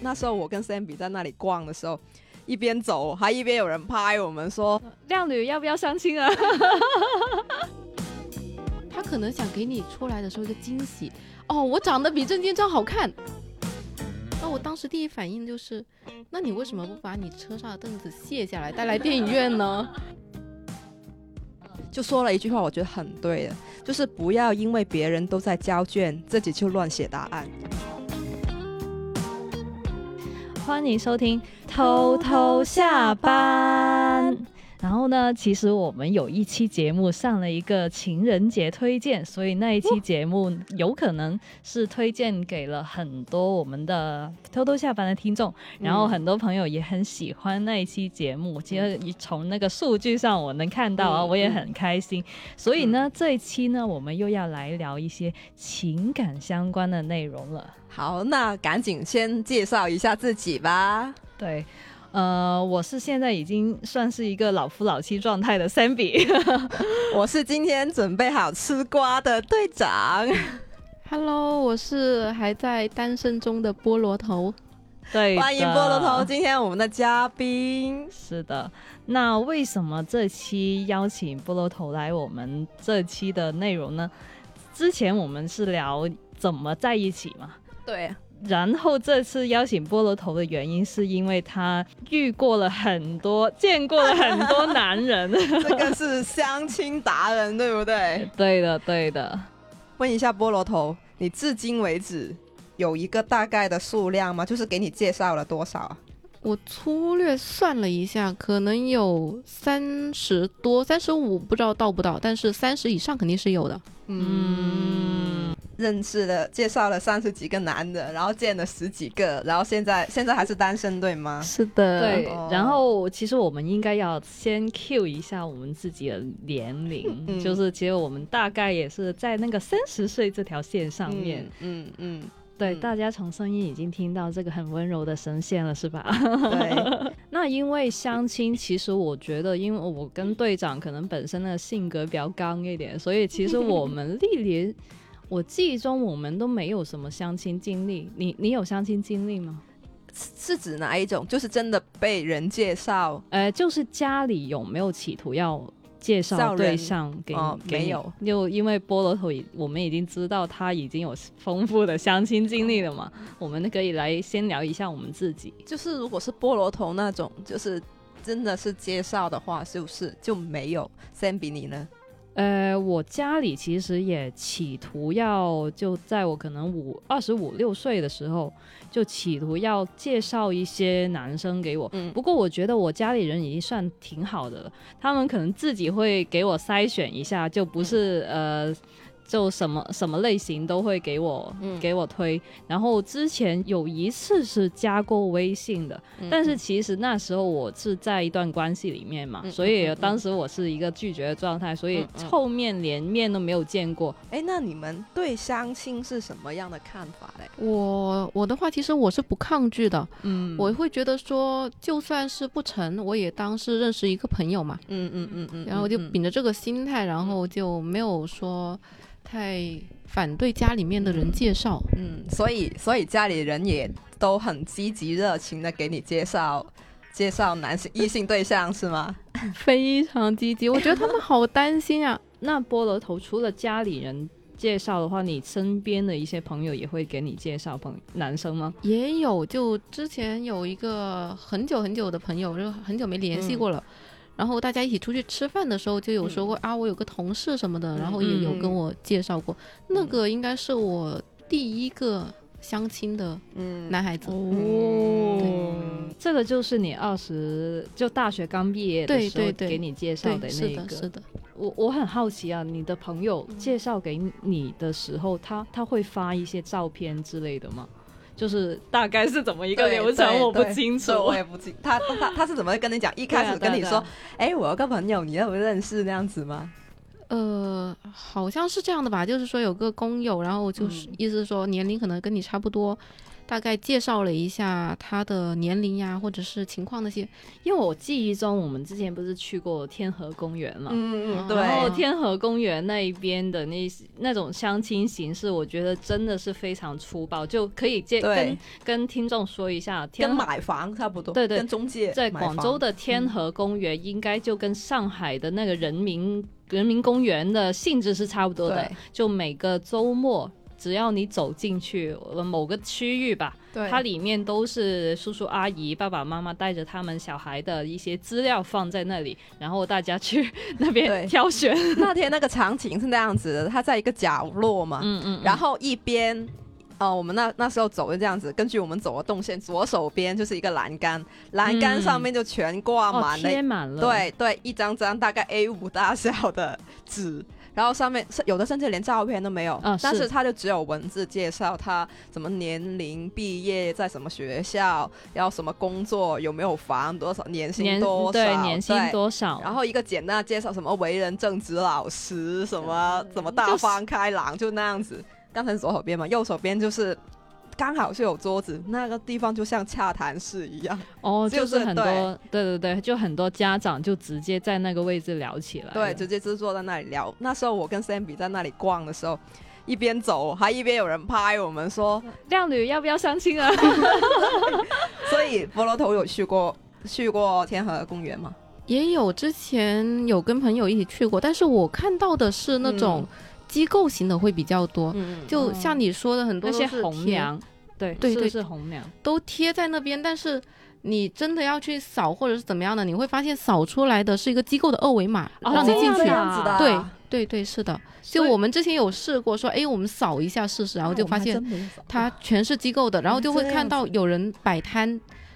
那时候我跟 Sam 比在那里逛的时候，一边走还一边有人拍我们说，靓女要不要相亲啊？他可能想给你出来的时候一个惊喜，哦，我长得比证件照好看。那我当时第一反应就是，那你为什么不把你车上的凳子卸下来带来电影院呢？就说了一句话，我觉得很对的，就是不要因为别人都在交卷，自己就乱写答案。欢迎收听偷偷下班。然后呢，其实我们有一期节目上了一个情人节推荐，所以那一期节目有可能是推荐给了很多我们的偷偷下班的听众，然后很多朋友也很喜欢那一期节目。其实从那个数据上我能看到啊，嗯我也很开心。所以呢，这一期呢，我们又要来聊一些情感相关的内容了。好，那赶紧先介绍一下自己吧。对，呃，我是现在已经算是一个老夫老妻状态的 Sammy，我是今天准备好吃瓜的队长。 Hello，我是还在单身中的菠萝头。对， 欢迎菠萝头，。今天我们的嘉宾。是的，那为什么这期邀请菠萝头来我们这期的内容呢？之前我们是聊怎么在一起嘛，对，然后这次邀请菠萝头的原因是因为他遇过了很多，见过了很多男人。 这个是相亲达人，对不对？对的，对的。问一下菠萝头，你至今为止有一个大概的数量吗？就是给你介绍了多少啊？我粗略算了一下，可能有三十多、三十五，不知道到不到，但是三十以上肯定是有的。嗯，认识了，介绍了三十几个男的，然后见了十几个，然后现在现在还是单身，对吗？是的对哦，然后其实我们应该要先 cue 一下我们自己的年龄， 嗯就是其实我们大概也是在那个三十岁这条线上面。嗯嗯，对，嗯大家从声音已经听到这个很温柔的声线了，是吧？ 嗯对，那因为相亲，其实我觉得，因为我跟队长可能本身的性格比较刚一点，所以其实我们历年，我记忆中我们都没有什么相亲经历。你你有相亲经历吗？是指哪一种？就是真的被人介绍，呃，就是家里有没有企图要介造绍人对象给你？哦给你没有，就因为菠萝头已，我们已经知道他已经有丰富的相亲经历了嘛。我们可以来先聊一下我们自己。就是如果是菠萝头那种，就是真的是介绍的话，是不是就没有？Sam 比你呢？呃，我家里其实也企图要，就在我可能五二十五六岁的时候，就企图要介绍一些男生给我。嗯不过我觉得我家里人已经算挺好的了，他们可能自己会给我筛选一下，就嗯不是、呃，就什么什么类型都会给我、嗯给我推。然后之前有一次是加过微信的，嗯但是其实那时候我是在一段关系里面嘛，嗯所以嗯嗯当时我是一个拒绝的状态，所以嗯嗯后面连面都没有见过。哎，那你们对相亲是什么样的看法嘞？我我的话，其实我是不抗拒的，嗯我会觉得说，就算是不成，我也当是认识一个朋友嘛。嗯嗯嗯嗯然后就嗯秉着这个心态，然后就没有说太反对家里面的人介绍。嗯，所以所以家里人也都很积极热情的给你介绍介绍男性异性对象是吗？ 非常积极，我觉得他们好担心啊。 那菠萝头除了家里人介绍的话，你身边的一些朋友也会给你介绍朋男生吗？也有，就之前有一个很久很久的朋友，就很久没联嗯系过了。然后大家一起出去吃饭的时候，就有说过、啊，我有个同事什么的，嗯然后也有跟我介绍过。嗯那个应该是我第一个相亲的嗯男孩子。对这个就是你二十就大学刚毕业的对时候对对给你介绍对，的那是一嗯的，个是。的。我我很好奇啊，你的朋友嗯介绍给你的时候，他他会发一些照片之类的吗？就是大概是怎么一个对流程，对我不对清楚这。我也不清，他他他他是怎么跟你讲？一开始对啊跟你对啊说对啊，哎、我有个朋友，你认不认识那样子吗？呃，好像是这样的吧，就是说有个工友，然后就是嗯意思是说年龄可能跟你差不多，大概介绍了一下他的年龄呀，或者是情况那些。因为我记忆中我们之前不是去过天河公园嘛，嗯嗯，嗯然后对，天河公园那一边的那那种相亲形式，我觉得真的是非常粗暴，就可以介对跟跟听众说一下，天跟河买房差不多，对对跟中介在买广房州的天河公园应该就跟上海的那个人民人民公园的性质是差不多的对，就每个周末。只要你走进去呃某个区域吧，对它里面都是叔叔阿姨、爸爸妈妈带着他们小孩的一些资料放在那里，然后大家去 那边对挑选。那天那个场景是那样子的，它在一个角落嘛，嗯嗯，然后后一边，呃，我们那那时候走就这样子，根据我们走的动线，左手边就是一个栏杆，栏杆上面就全挂嗯哦满了，贴满了，对对，一张张大概 A 五大小的纸。然后上面是有的甚至连照片都没有，啊但是是它就只有文字介绍他什么年龄、毕业在什么学校，然后什么工作、有没有房、多少年薪年多少、对年薪对多少，然后一个简单的介绍，什么为人正直老实，什么怎么大就是方开朗，就那样子。刚才是左手边嘛，右手边就是刚好是有桌子，那个地方就像洽谈室一样。哦，就就是是很多，对对对，就很多家长就直接在那个位置聊起哎来了，对，直接就坐在那里聊。那时候我跟 Sammy 在那里逛的时候，一边走还一边有人拍我们 说，靓女要不要相亲啊？所以菠萝头有去过去过天河公园吗？也有之前有跟朋友一起去过，但是我看到的是那种嗯机构型的会比较多，嗯就像你说的很多哦那都些是红贴娘，对对是对是红娘，都贴在那边，但是你真的要去扫或者是怎么样的，你会发现扫出来的是一个机构的二维码，哦让你进这去。样子的啊，对哦对对，是的。就所以啊我们之前有试过说，哎，我们扫一下试试，然后就发现它全是机构嗯的，然后就会这样看到有人摆摊，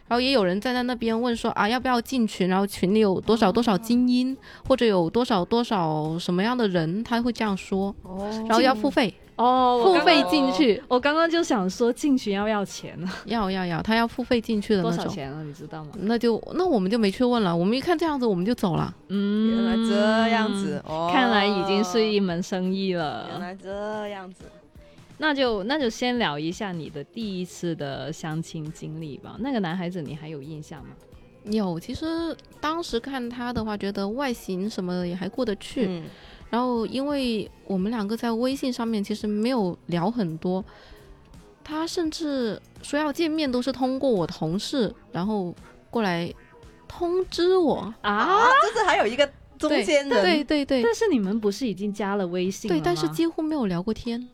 然后也有人站在那边问说啊要不要进群，然后群里有多少多哦少精英，或者有多少多少什么样的人，他会这样说，哦然后要付费，哦，我付刚费刚进去，我刚刚就想说进群要不要钱啊？要要要，他要付费进去的多那少种。钱啊？你知道吗？那就那我们就没去问了，我们一看这样子我们就走了。嗯，原来这样子，，哦，看来已经是一门生意原了。来这样子。那就那就先聊一下你的第一次的相亲经历吧。那个男孩子你还有印象吗？有，其实当时看他的话，觉得外形什么也还过得去。嗯，然后因为我们两个在微信上面其实没有聊很多，他甚至说要见面都是通过我同事，然后过来通知我。啊啊，，就是还有一个中间人，对对对但是你们不是已经加了微信了对，吗但是几乎没有聊过天。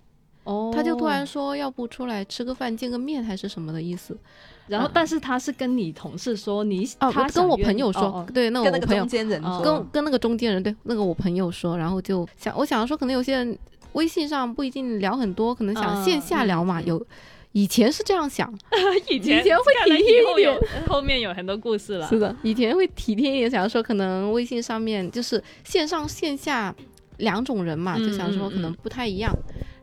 哦，他就突然，说，要不出来吃个饭、见个面还是什么的意思。然后嗯但是他是跟你同事说你啊，他想我跟我约朋友你说，哦 哦对，那我跟那个朋友中间人哦说，跟跟那个中间人，对，那个我朋友说，然后就想，我想说，可能有些人微信上不一定聊很多，可能想嗯线下聊嘛。嗯嗯有以前是这样想，以以前会看来体以贴后一有后面有很多故事了，是的，以前会体贴一点，想说可能微信上面就是线上线下两种人嘛，嗯就想说可能嗯不太一样，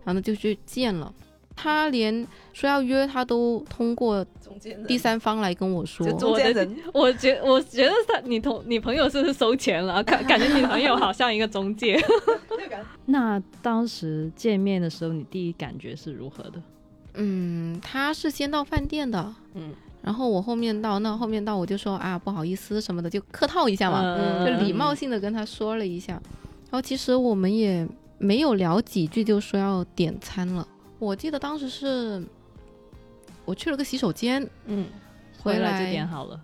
然后呢就去见了。他连说要约他都通过中间人第三方来跟我说，就中间人，我觉我觉得他你同你朋友是不是收钱了？感感觉你朋友好像一个中介。那当时见面的时候，你第一感觉是如何的？嗯，他是先到饭店的，嗯，然后我后面到，那后面到我就说啊不好意思什么的，就客套一下嘛，嗯就礼貌性的跟他说了一下。然后其实我们也没有聊几句，就说要点餐了。我记得当时是我去了个洗手间，嗯，回回来来就点好了。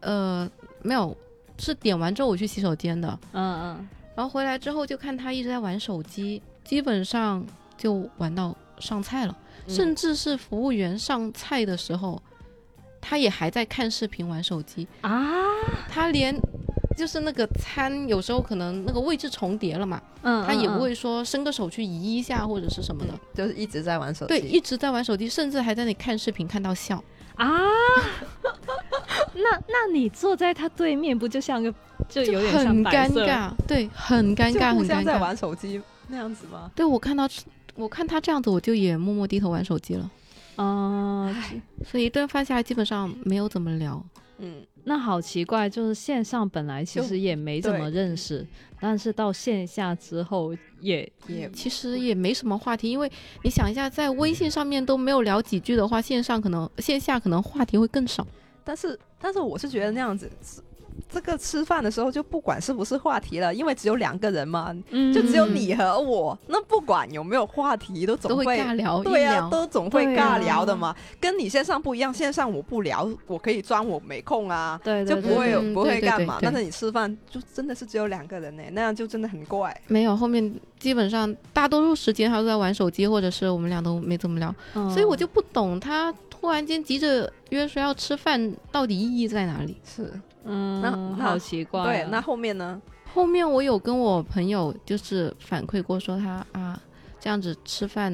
呃，没有，是点完之后我去洗手间的。嗯嗯，然后回来之后就看他一直在玩手机，基本上就玩到上菜了，嗯甚至是服务员上菜的时候，他也还在看视频玩手机。啊，他连就是那个餐有时候可能那个位置重叠了嘛，嗯，他也嗯不会说伸个手去移一下或者是什么的。就是一直在玩手对，机，一直在玩手机，甚至还在那里看视频看到笑。嗯啊。 那那你坐在他对面，不就像个就有点像很白尴色尬，对，很尴就尬，互很尴相在尬。玩手机那样子吗？对我看到，我看他这样子，我就也默默低头玩手机了。啊？嗯所以一顿饭下来，基本上没有怎么聊。嗯，那好奇怪，就是线上本来其就实也没怎么认识，但是到线下之后也也其实也没什么话题，因为你想一下，在微信上面都没有聊几句的话，线上可能线下可能话题会更少。但是但是我是觉得那样子，吃这个吃饭的时候就不管是不是话题了，因为只有两个人嘛，嗯就只有你和我，那不管有没有话题，都都总会会尬聊一对呀、聊。都总会对啊尬聊的嘛。跟你线上不一样，线上我不聊，我可以装我没空啊，对对就不会有嗯不对会对干对嘛。对但是你吃饭就真的是只有两个人呢，那样就真的很怪。没有，后面基本上大多数时间他都在玩手机，或者是我们俩都没怎么聊，嗯嗯所以我就不懂他突然间急着约说要吃饭，到底意义在哪里？是嗯那那好奇怪啊、对，那后面呢？后面我有跟我朋友就是反馈过，说他啊这样子吃饭，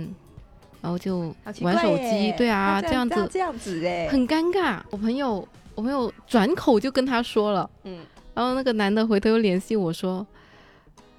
然后就好奇玩怪手机耶，对啊，那这样子这样子哎，很尴尬。我朋友，我朋友转口就跟他说了，嗯，然后那个男的回头又联系我说，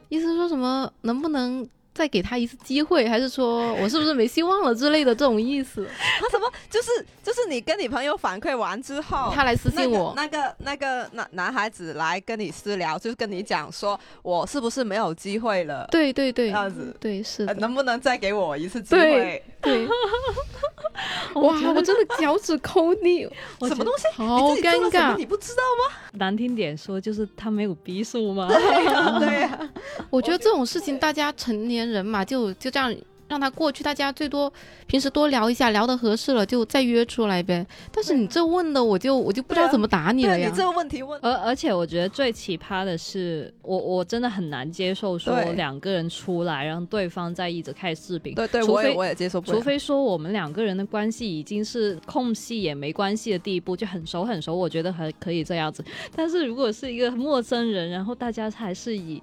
意思说什么能不能再给他一次机会，还是说我是不是没希望了之类的这种意思。他怎么就是就是你跟你朋友反馈完之后，他来私那信个我，哦那个那个男男孩子来跟你私聊，就是跟你讲说我是不是没有机会了，对对这对，样子、对是呃的，能不能再给我一次机对会？对， 我哇觉，我得真的脚趾抠 地，我什么觉东西？好你自己做尴了什么尬。你不知道难听点说就是他没有逼数吗？ 吗？对呀，我哦觉得这种事情，大家成年人嘛，就就这样让他过去，大家最多平时多聊一下，聊得合适了就再约出来呗。但是你这问的，我就我就不知道对啊怎么答你了对呀哦你。这个问题问而而且我觉得最奇葩的是，我我真的很难接受说对两个人出来，然后对方再一直开视频。对对，除我也非我也接受不了。除非说我们两个人的关系已经是空隙也没关系的地步，就很熟很熟，我觉得还可以这样子。但是如果是一个陌生人，然后大家还是以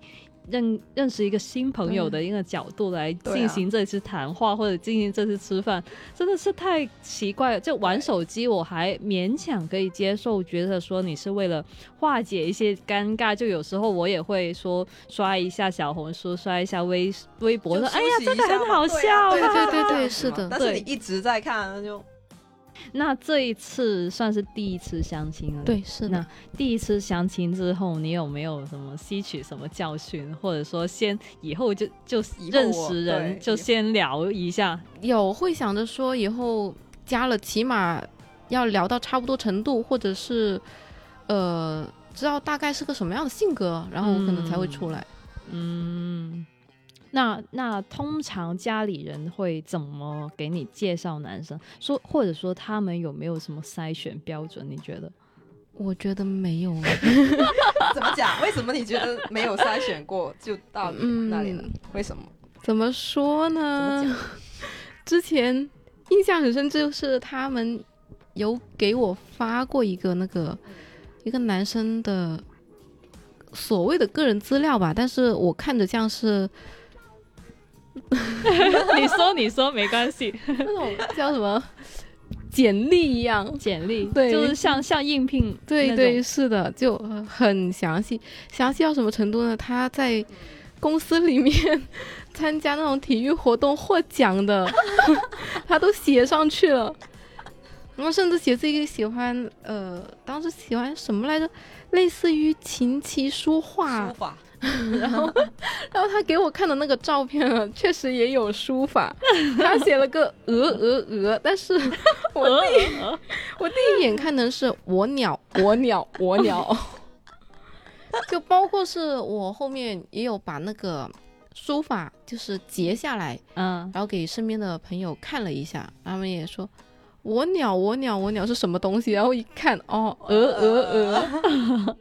认 认识一个新朋友嗯的一个角度来对啊进行这次谈话、或者进行这次吃饭，啊真的是太奇怪了。就玩手机我还勉强可以接受，觉得说你是为了化解一些尴尬，就有时候我也会说刷一下小红书，刷一下微微博，就说休息哎呀一这个下很嘛好对啊笑，对哈哈对哈对这样对，子是嘛的。但是对你一直在看，那就那这一次算是第一次相亲了。，对，是的那，第一次相亲之后，你有没有什么吸取什么教训，或者说先以后就就以后认我识人对就以后先聊一下？有会想着说以后加了，起码要聊到差不多程度，或者是呃，知道大概是个什么样的性格，然后我可能才会嗯出来。嗯，那那通常家里人会怎么给你介绍男生？说或者说他们有没有什么筛选标准？你觉得？我觉得没有。怎么讲？ 为什么你觉得没有筛选过就到你嗯那里了？为什么？怎么说呢？之前印象很深，就是他们有给我发过一个那个一个男生的所谓的个人资料吧，但是我看着像是 你说，你说，没关系。 那种叫什么简历一样。简 历对就是像像应聘对那对，种，是的，就呃很详细，详细到什么程度呢？他在公司里面 参加那种体育活动获奖的， 他都写上去了。然后甚至写自己喜欢，呃，当时喜欢什么来着？类似于琴棋书画书， 法然后他给我看的那个照片啊， 确实也有书法， 他写了个鹅鹅鹅，但是 我第一 我第一眼看的是我 鸟我鸟我 鸟，就包括是我后面也有把那个书法就是截下来，嗯，然后给身边的朋友看了一下，他们也说我鸟我鸟我鸟是什么东西，然后一看哦鹅鹅鹅，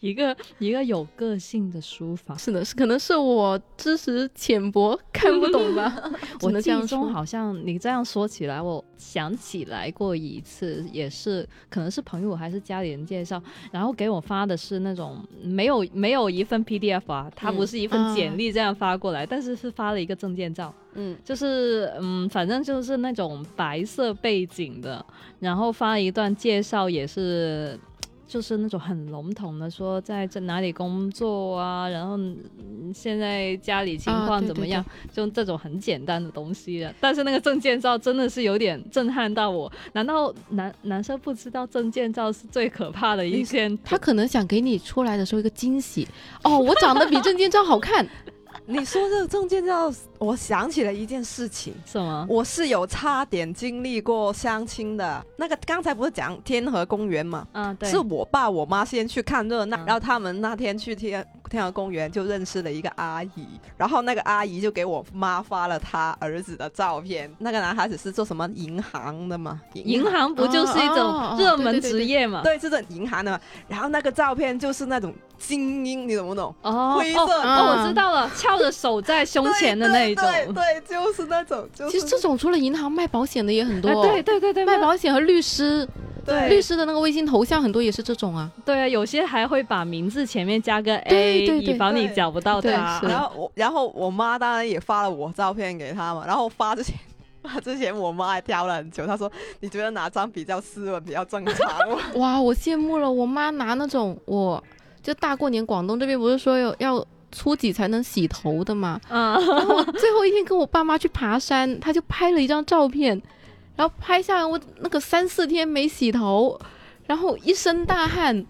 一个一个有个性的书法。是的是可能是我知识浅薄看不懂吧， 只我能记这忆样中说。好像你这样说起来，我想起来过一次，也是可能是朋友还是家里人介绍，然后给我发的是那种没有没有一份 PDF 啊，它不嗯是一份啊简历这样发过来，但是是发了一个证件照，嗯，就是嗯，反正就是那种白色背景的，然后发一段介绍，也是。就是那种很笼统的说在这哪里工作啊，然后嗯现在家里情啊况对怎对么对样，就这种很简单的东西的。但是那个证件照真的是有点震撼到我，难道男男生不知道证件照是最可怕的一你件？他可能想给你出来的时候一个惊喜，哦，我长得比证件照 好看，你说这个证件照，我想起了一件事情，什么？我是有差点经历过相亲的。那个刚才不是讲天河公园吗？啊，对，是我爸我妈先去看热闹，嗯然后他们那天去天天河公园就认识了一个阿姨，然后那个阿姨就给我妈发了她儿子的照片。那个男孩子是做什么银行的嘛？银行不就是一哦哦种哦热对门对对职对业嘛？对，是这种银行的嘛。然后那个照片就是那种精英，你懂不懂？哦灰哦色的哦，我嗯知道了，翘着手在胸前的那一种。对对对，就是那种，就是其实这种除了银行卖保险的也很多，啊，对对对对，卖保险和律师，对律师的那个微信头像很多也是这种啊，对啊，有些还会把名字前面加个 A，对对对以防你对找不到对他。是然后我，然后我妈当然也发了我照片给她嘛。然后发之前， 发之前我妈还挑了很久，她说：“你觉得哪张比较斯文，比较正常 吗哇，我羡慕了，我妈拿那种我就大过年广东这边不是说有要初几才能洗头的嘛，嗯， 然后我最后一天跟我爸妈去爬山，她就拍了一张照片，然后拍下来我那个三四天没洗头，然后一身大汗，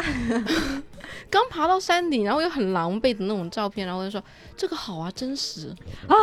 刚爬到山顶，然后又很狼狈的那种照片，然后我就说这个好啊，真实啊，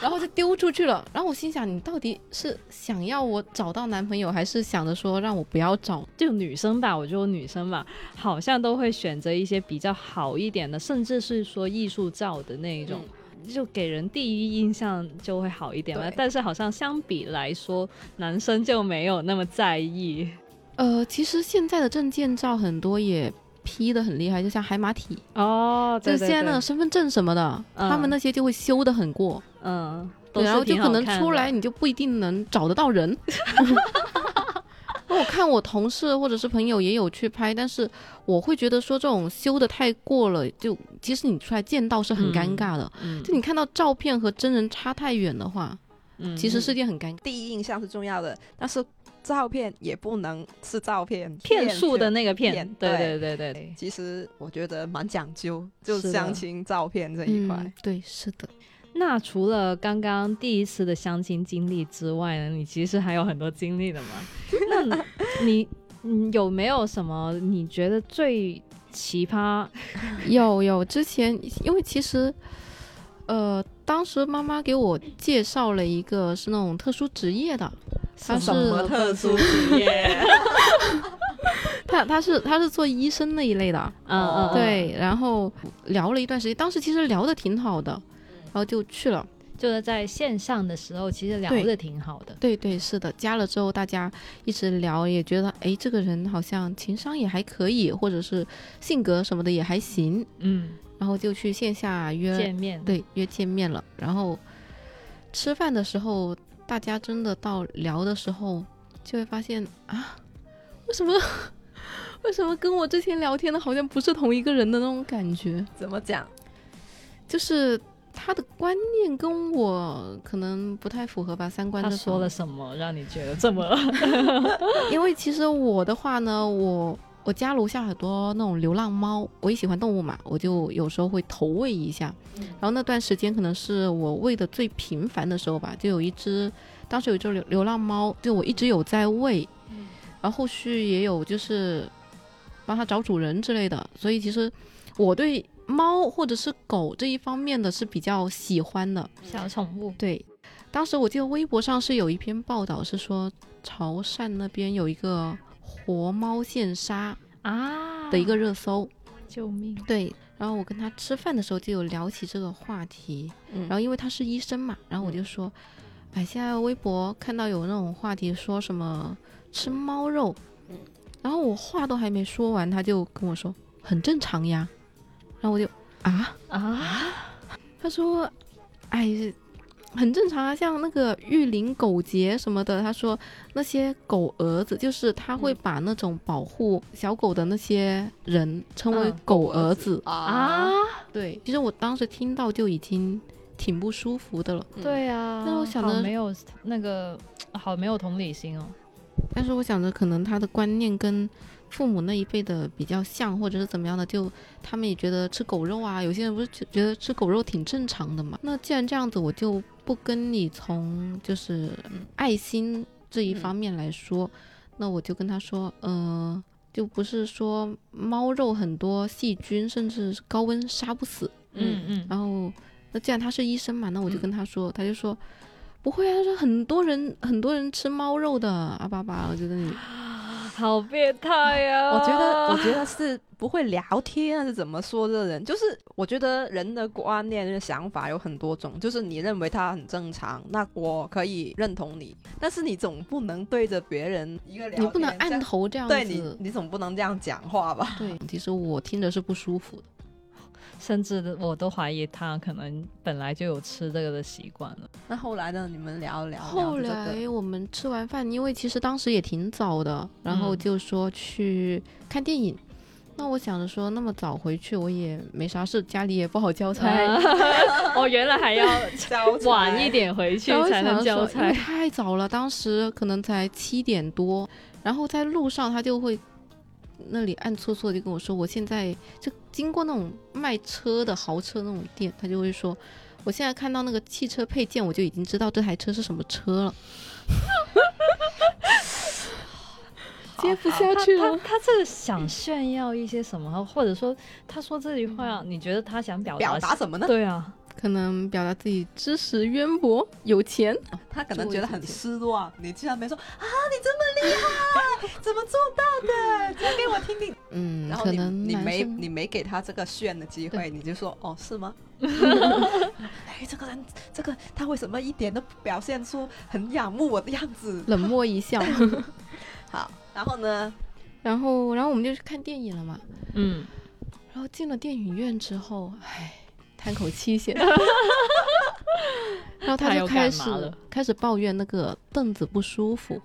然后就丢出去了。然后我心想，你到底是想要我找到男朋友，还是想着说让我不要找？就女生吧，我觉得女生吧，好像都会选择一些比较好一点的，甚至是说艺术照的那一种。嗯就给人第一印象就会好一点嘛，对但是好像相比来说，男生就没有那么在意。呃，其实现在的证件照很多也 P 的很厉害，就像海马体，哦，对就对现在那对个身份证什么的，嗯他们那些就会修的很过，嗯，都对，然是后就挺可好能看出的来你就不一定能找得到人。 那我看我同事或者是朋友也有去拍，但是我会觉得说这种修的太过了，就其实你出来见到是很尴尬的。嗯就你看到照片和真人差太远的话，嗯其实是件很尴尬。第一印象是重要的，但是照片也不能是照片，骗术的去。那个骗骗，对对对对对对。其实我觉得蛮讲究，就是的相亲照片这一块。嗯，对，是 的。那除了刚刚第一次的相亲经历之外呢，你其实还有很多经历的嘛？那你你有没有什么你觉得最奇葩？有有，之前因为其实，呃，当时妈妈给我介绍了一个是那种特殊职业的，他什是么特殊职业？他他是他是做医生那一类的，嗯嗯，嗯，对，然后聊了一段时间，当时其实聊的挺好的，嗯然后就去了。就是在线上的时候，其实聊对的挺好的。对对，是的，加了之后大家一直聊，也觉得哎，这个人好像情商也还可以，或者是性格什么的也还行，嗯，然后就去线下约见面，对，约见面了。然后吃饭的时候，大家真的到聊的时候，就会发现啊，为什么 为什么跟我之前聊天的好像不是同一个人的那种感觉？怎么讲？就是他的观念跟我可能不太符合吧，三观他这说了种。什么让你觉得这么？因为其实我的话呢，我。我家楼下很多那种流浪猫，我也喜欢动物嘛，我就有时候会投喂一下。嗯然后那段时间可能是我喂的最频繁的时候吧，就有一只，当时有一只流流浪猫，就我一直有在喂，嗯然后后续也有就是帮它找主人之类的，所以其实我对猫或者是狗这一方面的是比较喜欢的。小宠物，对，当时我记得微博上是有一篇报道是说潮汕那边有一个活猫现杀啊的一个热搜，救命！对，然后我跟他吃饭的时候就有聊起这个话题，嗯然后因为他是医生嘛，然后我就说，哎，现在微博看到有那种话题说什么吃猫肉，然后我话都还没说完，他就跟我说很正常呀，然后我就啊，啊，他说，哎。很正常啊，像那个育龄狗节什么的，他说那些狗儿子，就是他会把那种保护小狗的那些人称为嗯狗儿子，啊，对，其实我当时听到就已经挺不舒服的了，嗯对啊，但是我想好着没有那个，好没有同理心哦。但是我想着可能他的观念跟父母那一辈的比较像，或者是怎么样的，就他们也觉得吃狗肉啊，有些人不是觉觉得吃狗肉挺正常的嘛。那既然这样子，我就不跟你从就是嗯爱心这一方面来说，那我就跟他说，呃，就不是说猫肉很多细菌，甚至是高温杀不死，嗯嗯然后，那既然他是医生嘛，那我就跟他说，他就说不会啊，他说很多人很多人吃猫肉的，阿巴巴，我觉得你，好变态啊呀、我觉得，我觉得是不会聊天还是怎么说的人，就是我觉得人的观念、人的想法有很多种，就是你认为他很正常，那我可以认同你，但是你总不能对着别人一个聊天你不能这按样头这样对你子，。你总不能这样讲话吧？对，其实我听着是不舒服的。甚至我都怀疑他可能本来就有吃这个的习惯了。 那后来呢？你们聊聊后聊着这个来我们吃完饭，因为其实当时也挺早的，然后嗯就说去看电影。那我想着说，那么早回去我也没啥事，家里也不好 交差， 我哦原来还要 交差啊 晚一，点回去然后才想能着交说因为差。太早了，当时可能才七点多，然后在路上他就会那里暗搓搓的就跟我说，我现在就经过那种卖车的豪车那种店，他就会说，我现在看到那个汽车配件，我就已经知道这台车是什么 车了，接不下去他了。他是想炫耀一些什么，或者说他说这句话，你觉得他想表表达达什么呢？对啊，可能表达自己知识渊博、有钱，他可能做觉得一很些失望，你居然没说啊，你这么厉害， 怎么做到的？ 讲给我听听。嗯，然后可你能你男没生你没给他这个炫的机会，对你就说哦是 吗？哎，这个人这个他为什么一点都不表现出很仰慕我的样子？冷漠一笑， 好，然后呢？然后然后我们就去看电影了嘛。嗯，然后进了电影院之后，唉，叹口气 先。然后他他就又开干始嘛了开始抱怨那个凳子不舒服，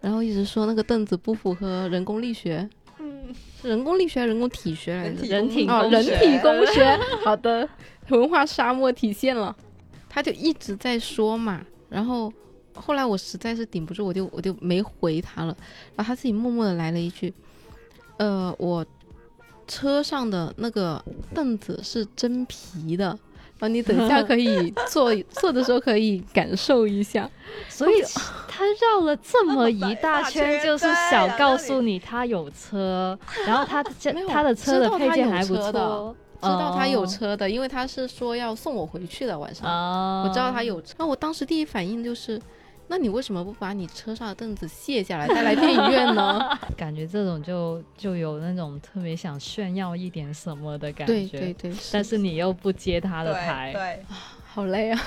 然后一直说那个凳子不符合人工力学，嗯，是人工力学还是人工体学来人着体？人体工哦，工人学体 工学，好的， 文化沙漠体现了。他就一直在说嘛，然后后来我实在是顶不住，我就我就没回他了。然后他自己默默的来了一句：“呃，我车上的那个凳子是真皮的，然后你等一下可以 坐坐的时候可以感受一下。所以他绕了这么一 大圈，就是想告诉你他有车，然后他这 没有他的车的配件还不知道他有车的错，知道他有哦车的，因为他是说要送我回去的晚上。啊，我知道他有车。那我当时第一反应就是，那你为什么不把你车上的凳子卸 下来带来电影院呢？感觉这种就就有那种特别想炫耀一点什么的感对觉，对对，但是你又不接他对的牌。对，好累 啊，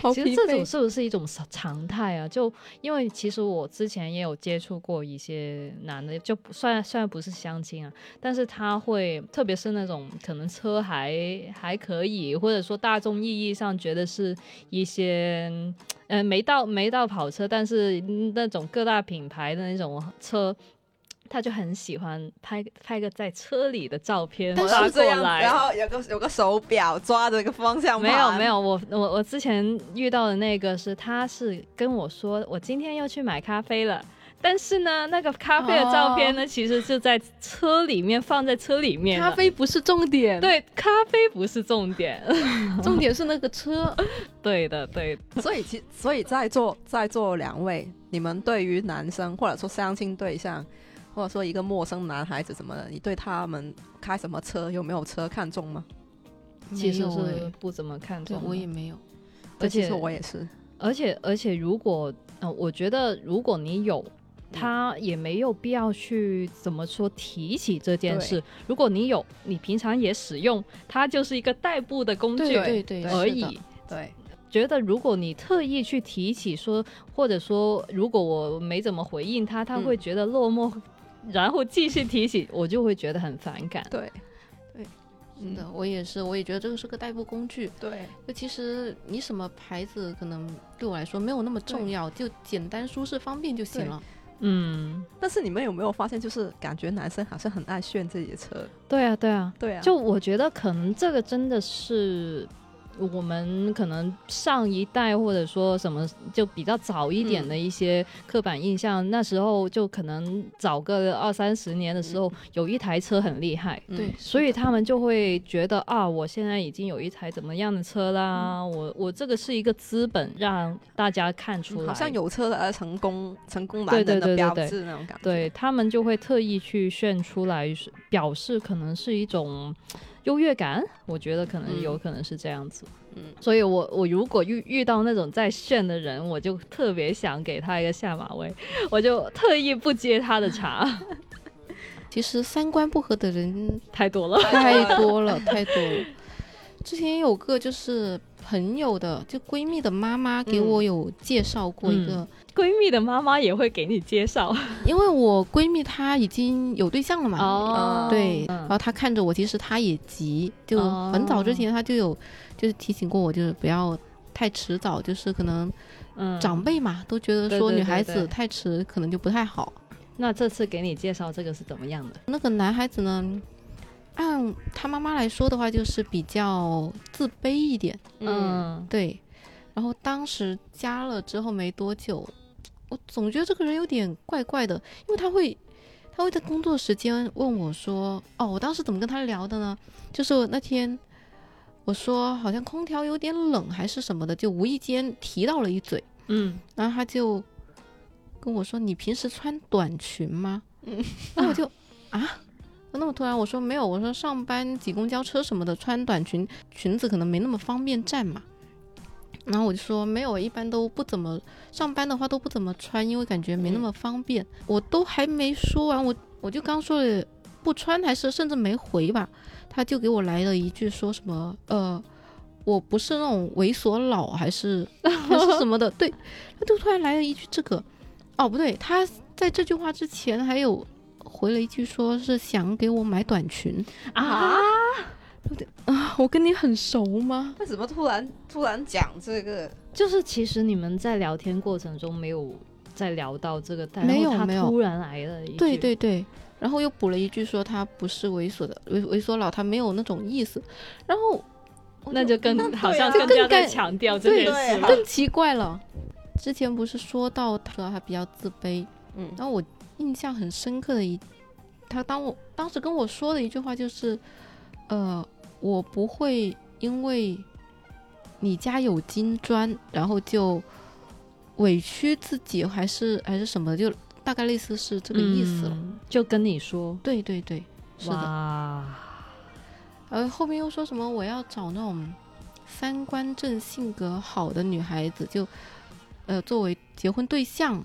好其疲实这种惫。是不是一种常常态啊？就因为其实我之前也有接触过一些男的，就不虽然虽然不是相亲啊，但是他会，特别是那种可能车还还可以，或者说大众意义上觉得是一些，呃，没到没到跑车，但是嗯那种各大品牌的那种车。他就很喜欢拍拍个在车里的照片但是发这过样，来，然后有个有个手表抓着一个方向没盘，有没有，我我我之前遇到的那个是，他是跟我说我今天要去买咖啡了。但是呢，那个咖啡的照片呢，其实是在车里面放在车里面的。哦咖啡不是重点，，啊对，咖啡不是重点。 重点是那个车。对的，对的所以其所以在座在座两位，你们对于男生或者说相亲对象，或者说一个陌生男孩子什么的，你对他们开什么车有没有车看重吗？其实没有是哎不怎么看对重的。我也没有。而且其实我也是，而且而且，如果呃，我觉得如果你有，他也没有必要去怎么说提起这件事。如果你有，你平常也使用，它就是一个代步的工具对对，对而是的已。对，觉得如果你特意去提起说，或者说如果我没怎么回应他，他嗯会觉得落寞，然后继续提起，我就会觉得很反感。对，对，嗯是的，我也是，我也觉得这个是个代步工具。对，就其实你什么牌子，可能对我来说没有那么重对要，就简单、舒适、方便就行对了。嗯，但是你们有没有发现，就是感觉男生好像很爱炫自己的车？对啊，对啊，对啊，就我觉得可能这个真的是我们可能上一代或者说什么就比较早一点的一些刻板印象，那时候就可能早个二三十年的时候，有一台车很厉害。嗯对，所以他们就会觉得啊，我现在已经有一台怎么样的车啦，嗯我我这个是一个资本，让大家看出来，好像有车的成功成功对男对人的对对标对志那种感觉。对他们就会特意去炫出来，是表示可能是一种优越感。我觉得可能嗯有可能是这样子。嗯，所以我我如果遇遇到那种在炫的人，我就特别想给他一个下马威，我就特意不接他的茬， 其实三观不合的人太多了。 太多了，太多了。 之前有个就是朋友的，就闺蜜的妈妈给我有介绍过一个，闺蜜的妈妈也会给你介 绍因为我闺蜜她已经有对象了嘛，哦对，嗯然后她看着我，其实她也急，就哦很早之前她就有就是提醒过我，就是不要太迟早，就是可能嗯长辈嘛、都觉得对说对女对孩对子太迟可能就不太好。那这次给你介绍这个是怎么样的？那个男孩子呢，按他妈妈来说的话，就是比较自卑一点，嗯对。然后当时加了之后没多久，我总觉得这个人有点怪怪的，因为他会，他会在工作时间问我说，哦，我当时怎么跟他聊的呢？就是我那天我说好像空调有点冷还是什么的，就无意间提到了一嘴，嗯，然后他就跟我说：“你平时穿短裙吗？”嗯，那我就啊，那么突然我说没有，我说上班挤公交车什么的穿短裙，裙子可能没那么方便站嘛。然后我就说没有，一般都不怎么上班的话都不怎么穿，因为感觉没那么方便。我都还没说完，我我就刚说了不穿，还是甚至没回吧，他就给我来了一句说什么呃，我不是那种猥琐佬还是还是什么的，对，他就突然来了一句这个，哦不对，他在这句话之前还有回了一句说是想给我买短裙，啊， 我跟你很熟吗？为什么突然突然讲这个？就是其实你们在聊天过程中没有在聊到这个，但没有然后没他有突然来了一句，对对对，然后又补了一句说他不是猥琐的猥猥琐佬，他没有那种意思，然后我那就更那对啊好像就更更加在感强调哦这对件事啊对了。更奇怪了。之前不是说到他他比较自卑，嗯然后我印象很深刻的一，他当我当时跟我说的一句话就是，呃，我不会因为你家有金砖，然后就委屈自己，还是还是什么，就大概类似是这个意思了。嗯就跟你说，对对对，是的。哇，呃，后面又说什么我要找那种三观正、性格好的女孩子，就呃作为结婚对 象。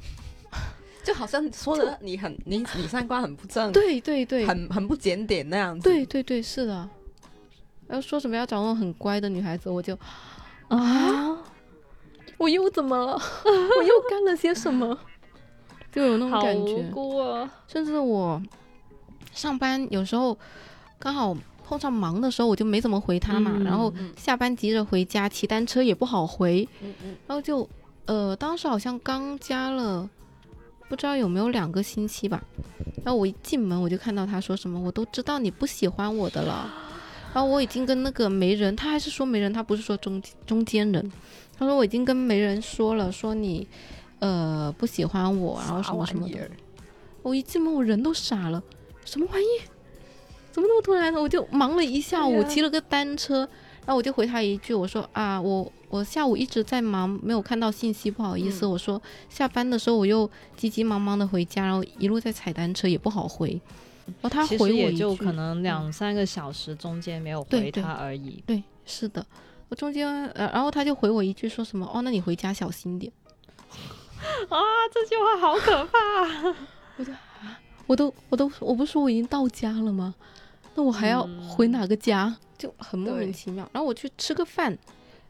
就好像说的你很你你三观很不正，对对对，很很不检点那样子。嗯对对对，是的。然后说什么要找那种很乖的女孩子，我就啊，我又怎么了？我又干了些什么？就有那种好感无觉。辜啊！甚至我上班有时候刚好碰上忙的时候，我就没怎么回他嘛。嗯然后嗯下班急着回家，骑单车也不好回，嗯嗯然后就呃，当时好像刚加了，不知道有没有两个星期吧。然后我一进门我就看到他说什么，我都知道你不喜欢我的了。然后我已经跟那个媒人，他还是说媒人，他不是说中中间人，他说我已经跟媒人说了，说你呃不喜欢我，然后什么什么啥玩意的儿。我一进门我人都傻了，什么玩意？怎么那么突然呢？我就忙了一下午，对呀骑了个单车，然后我就回他一句，我说啊，我我下午一直在忙，没有看到信息，不好意思。嗯我说下班的时候我又急急忙忙的回家，然后一路在踩单车，也不好回。然后他其回实我也一就句，可能两三个小时中间没有回对对他而已。对，是的，我中间呃，然后他就回我一句说什么哦，那你回家小心点。啊，这句话好可怕！我都我都我不是说我已经到家了吗？那我还要回哪个家？就很莫名嗯对其妙。然后我去吃个饭，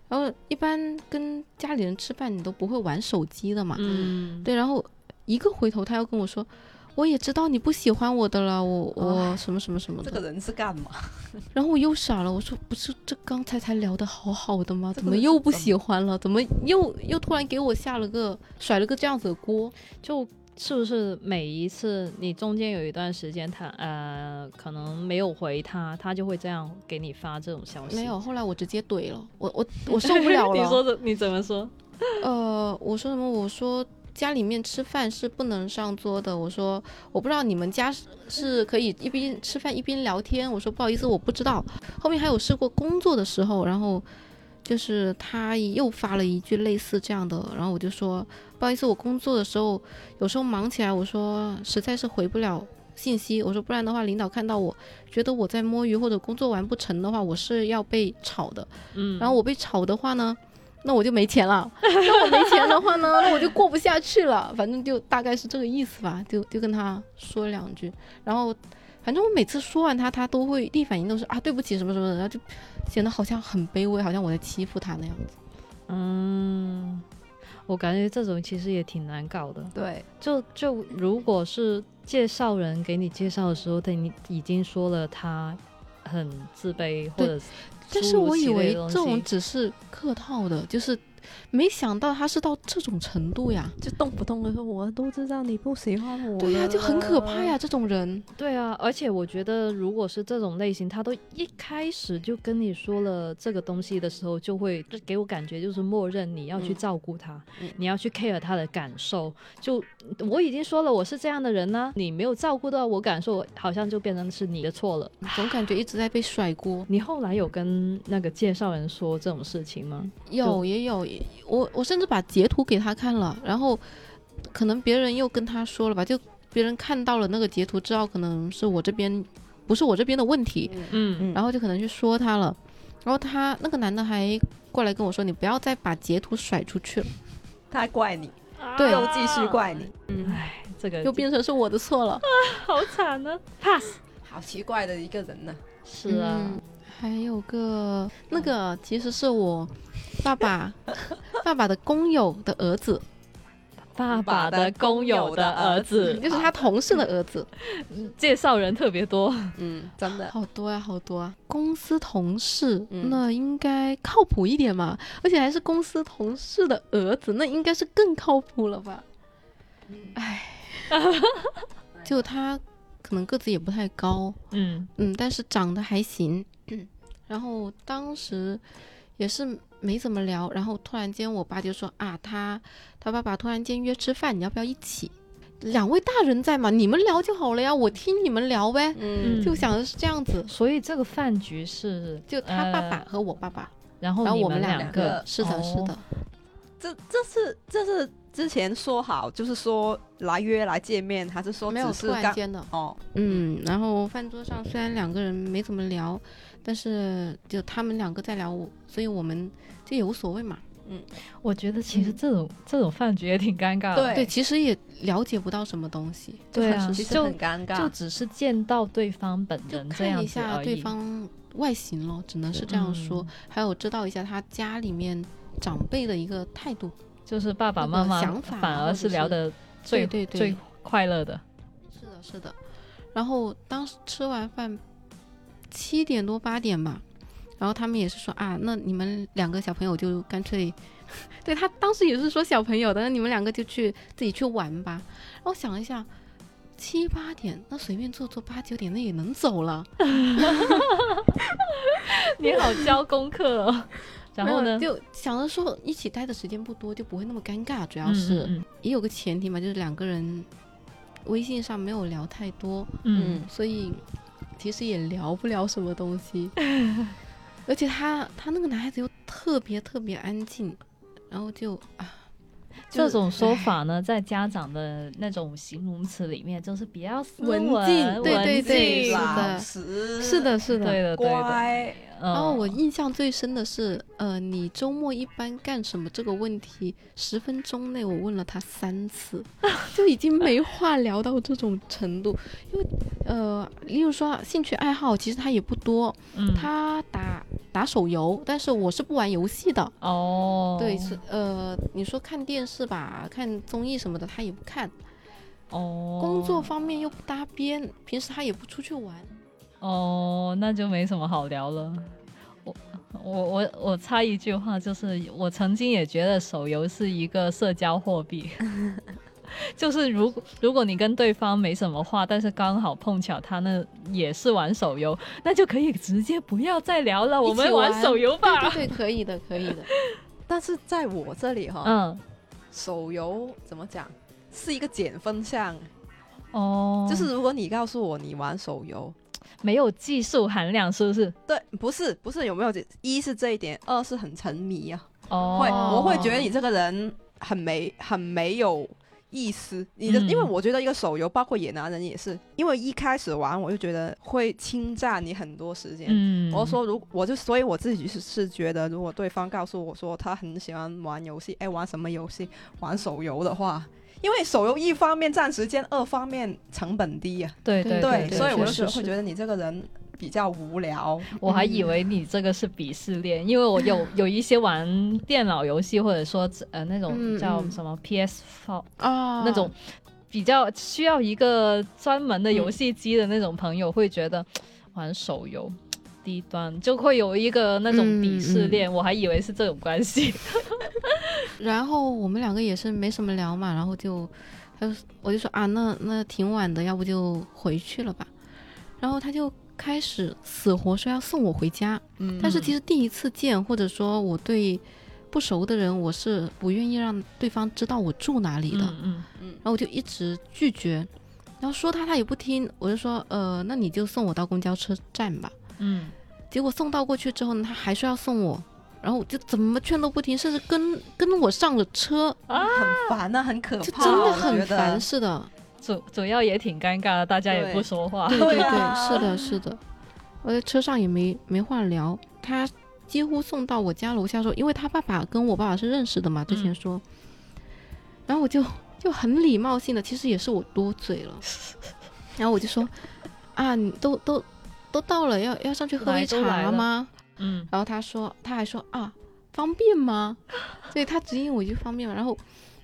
然后一般跟家里人吃饭，你都不会玩手机的嘛。嗯，对，然后一个回头，他又跟我说，我也知道你不喜欢我的了，我我什么什么什么这的。个人是干嘛？然后我又傻了，我说不是这刚才才聊的好好的吗？这怎个么人又是不怎喜欢了？怎么又又突然给我下了个甩了个这样子的锅？就是不是每一次你中间有一段时间他呃可能没有回他，他就会这样给你发这种消息？ 没有，，后来我直接怼了，我我 我受不了了。你说的你怎么说？呃，我说什么？我说家里面吃饭是不能上桌的。我说我不知道你们家是是可以一边吃饭一边聊天。我说不好意思，我不知道。后面还有试过工作的时候，然后就是他又发了一句类似这样的，然后我就说不好意思，我工作的时候有时候忙起来，我说实在是回不了。信息，我说不然的话，领导看到我觉得我在摸鱼或者工作完不成的话，我是要被炒的。嗯，然后我被炒的话呢，那我就没钱了。那我没钱的话呢，那我就过不下去了。反正就大概是这个意思吧，就就跟他说两句。然后，反正我每次说完他，他都会第一反应都是啊对不起什么什么的，然后就显得好像很卑微，好像我在欺负他那样子。嗯，我感觉这种其实也挺难搞的。对，就就如果是介绍人给你介绍的时候，对你已经说了他很自卑或对者，但是我以为这种只是客套的，就是没想到他是到这种程度呀。就动不动的说我都知道你不喜欢我，对呀、就很可怕呀，。这种人。对啊，而且我觉得如果是这种类型，他都一开始就跟你说了这个东西的时候，就会就给我感觉就是默认你要去嗯照顾他，嗯你要去 care 他的感受。就我已经说了我是这样的人呢、你没有照顾到我感受，好像就变成是你的错了。总感觉一直在被甩锅，你后来有跟那个介绍人说这种事情吗？有也有，我我甚至把截图给他看了，然后可能别人又跟他说了吧，就别人看到了那个截图，知道可能是我这边不是我这边的问题，嗯嗯然后就可能去说他了，然后他那个男的还过来跟我说，你不要再把截图甩出去了，他还怪你，对哦又继续怪你，嗯，唉，这个又变成是我的错了，好惨呢、pass。 好奇怪的一个人呢。是啊，嗯还有个那个其实是我爸爸 爸爸的工友的儿子，爸爸的工友的儿子，就是他同事的儿子，介绍人特别多。嗯，真的，好多呀、好多啊！公司同事，嗯那应该靠谱一点嘛，而且还是公司同事的儿子，那应该是更靠谱了吧？嗯 唉，就他可能个子也不太高，嗯嗯，但是长得还行。嗯然后当时也是没怎么聊，然后突然间我爸就说啊，他他爸爸突然间约吃饭，你要不要一起？两位大人在嘛，你们聊就好了呀，我听你们聊呗，嗯就想的是这样子。所以这个饭局是就他爸爸呃和我爸爸，然后然后你我们两两个个是的，是的哦，这这是这是之前说好，就是说来约来见面，还是说没有哦只突是然刚间的。哦，嗯，然后饭桌上虽然两个人没怎么聊，但是就他们两个在聊我，所以我们就也无所谓嘛。我觉得其实嗯这种、这种饭局也挺尴尬的。对对，其实也了解不到什么东西，嗯对啊就很就其实很尴尬，就只是见到对方本就人这看样一子下而已。对方外形咯，只能是这样说嗯，还有知道一下他家里面长辈的一个态度。就是爸爸那个妈妈想法啊反或而者是聊是的最对对对，最快乐的。是的，是的。然后当时吃完饭，七点多八点吧，然后他们也是说啊，那你们两个小朋友就干脆， 对他当时也是说小朋友的，那你们两个就去自己去玩吧。然后想一下，七八点那随便坐坐八九点那也能走了。 你好教功课哦。 然后呢？没有就想着说一起待的时间不多，就不会那么尴尬，主要嗯是、嗯也有个前提嘛，就是两个人微信上没有聊太多。嗯嗯所以其实也聊不了什么东西。而且他他那个男孩子又特别特别安静，然后就啊，这种说法呢，在家长的那种形容词里面，就是比较斯文文静对文对对静是的老实，是，的，是对的。的对的。乖，然然后我印象最深的是，呃，你周末一般干什么这个问题，十分钟内我问了他三次， 就已经没话聊到这种程度。因为呃，例如说兴趣爱好，其实他也不多，嗯他打打手游，但是我是不玩游戏的，哦，对，是呃，你说看电视吧，看综艺什么的，他也不看。哦，工作方面又不搭边，平时他也不出去玩。哦，那就没什么好聊了。我我我我插一 句话，就是我曾经也觉得手游是一个社交货币，就是如果如果你跟对方没什么话，但是刚好碰巧他那也是玩手游，那就可以直接不要再聊了，我们玩手游吧。 对对对，可以的，可 以的。但是在我这里哈，嗯，手游怎么讲是一个减分项，哦，就是如果你告诉我你玩手游，没有技术含量，是不是？对，不是不是有没有减？一是这一点，二是很沉迷啊，哦，会我会觉得你这个人很没很没有。意思，你的，嗯因为我觉得一个手游，包括野男人也是，因为一开始玩我就觉得会侵占你很多时间，嗯，我说如我就所以我自己是是觉得，如果对方告诉我说他很喜欢玩游戏，哎，玩什么游戏？玩手游的话，因为手游一方面占时间，二方面成本低呀、对对啊，对所以我就确实觉得是会觉得你这个人比较无聊。我还嗯以为你这个是鄙视链，因为我 有有一些玩电脑游戏，或者说呃那种嗯叫嗯什么 PS Four、啊，那种比较需要一个专门的嗯游戏机的那种朋友，会觉得玩手游低端，就会有一个那嗯种鄙视链。我还以为是这种关系。 然后我们两个也是没什么聊嘛，然后就，他就我就说啊，那那挺晚的，要不就回去了吧。然后他就开始死活说要送我回家，嗯但是嗯其实第一次见，或者说我对不熟的人，我是不愿意让对方知道我住哪里的，嗯嗯，然后我就一直拒绝。然后说他他也不听，我就说呃，那你就送我到公交车站吧。嗯，结果送到过去之后呢，他还说要送我，然后我就怎么劝都不听，甚至跟跟我上了车，很烦呐、很可就怕，啊真的我觉很得烦，是的，主主要也挺尴尬的，大家也对不说话。对对对对，啊是的，是的。我在车上也没没话聊，他几乎送到我家楼下说，因为他爸爸跟我爸爸是认识的嘛，之前嗯说，然后我就就很礼貌性的，其实也是我多 嘴了，然后我就说啊，你都都都到了，要要上去喝来杯都来茶了吗？嗯，然后他说，他还说啊，方便吗？ 所以他指引我一句方便吗？然后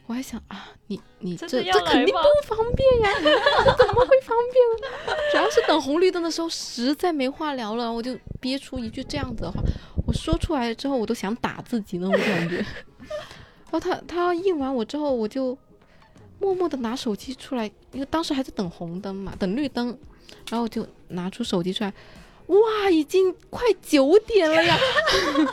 我还想啊，你你这真这的要肯来定吗不方便呀， 这怎么会方便呢？主要是等红绿灯的时候实在没话聊了，我就憋出一句这样子的话，我说出来之后我都想打自己那种感觉。然后他他应完我之后，我就默默的拿手机出来，因为当时还在等红灯嘛，等绿灯，然后我就拿出手机出来，哇，已经快九点了呀，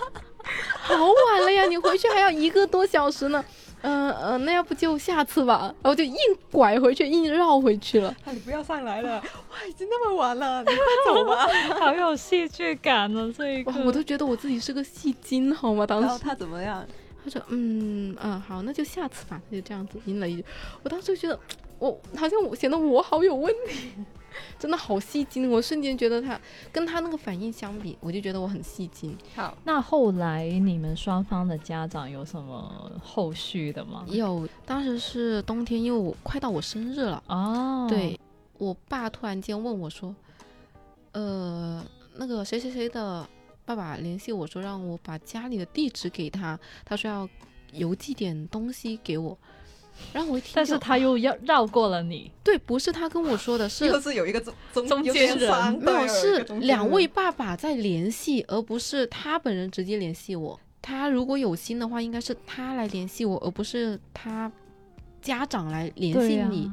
好晚了呀，你回去还要一个多小时呢。嗯、嗯、那要不就下次吧。然后就硬拐回去，硬绕回去了。啊你不要上来了，哇，已经那么晚 了，你快走吧。好有戏剧感呢、这一个哇，我都觉得我自己是个戏精，好吗？当然时后他怎么 样？他说，嗯嗯、好，那就下次吧，他就这样子应了一句。我当时就觉得，我好像我显得我好有问题， 真的好戏精。我瞬间觉得他跟他那个反应相比，我就觉得我很戏精。好，那后来你们双方的家长有什么后续的吗？有，当时是冬天，因为我快到我生日了，哦，对我爸突然间问我说，呃，那个谁谁谁的爸爸联系我说让我把家里的地址给他，他说要邮寄点东西给我。然后我一听就，但是他又要绕过了 你，对，不是他跟我说的，是又是有一个中中中有间点人伤没对有一个是中间两人位爸爸在联系，而不是他本人直接联系我。他如果有心的话，应该是他来联系我，而不是他家长来联系呀你。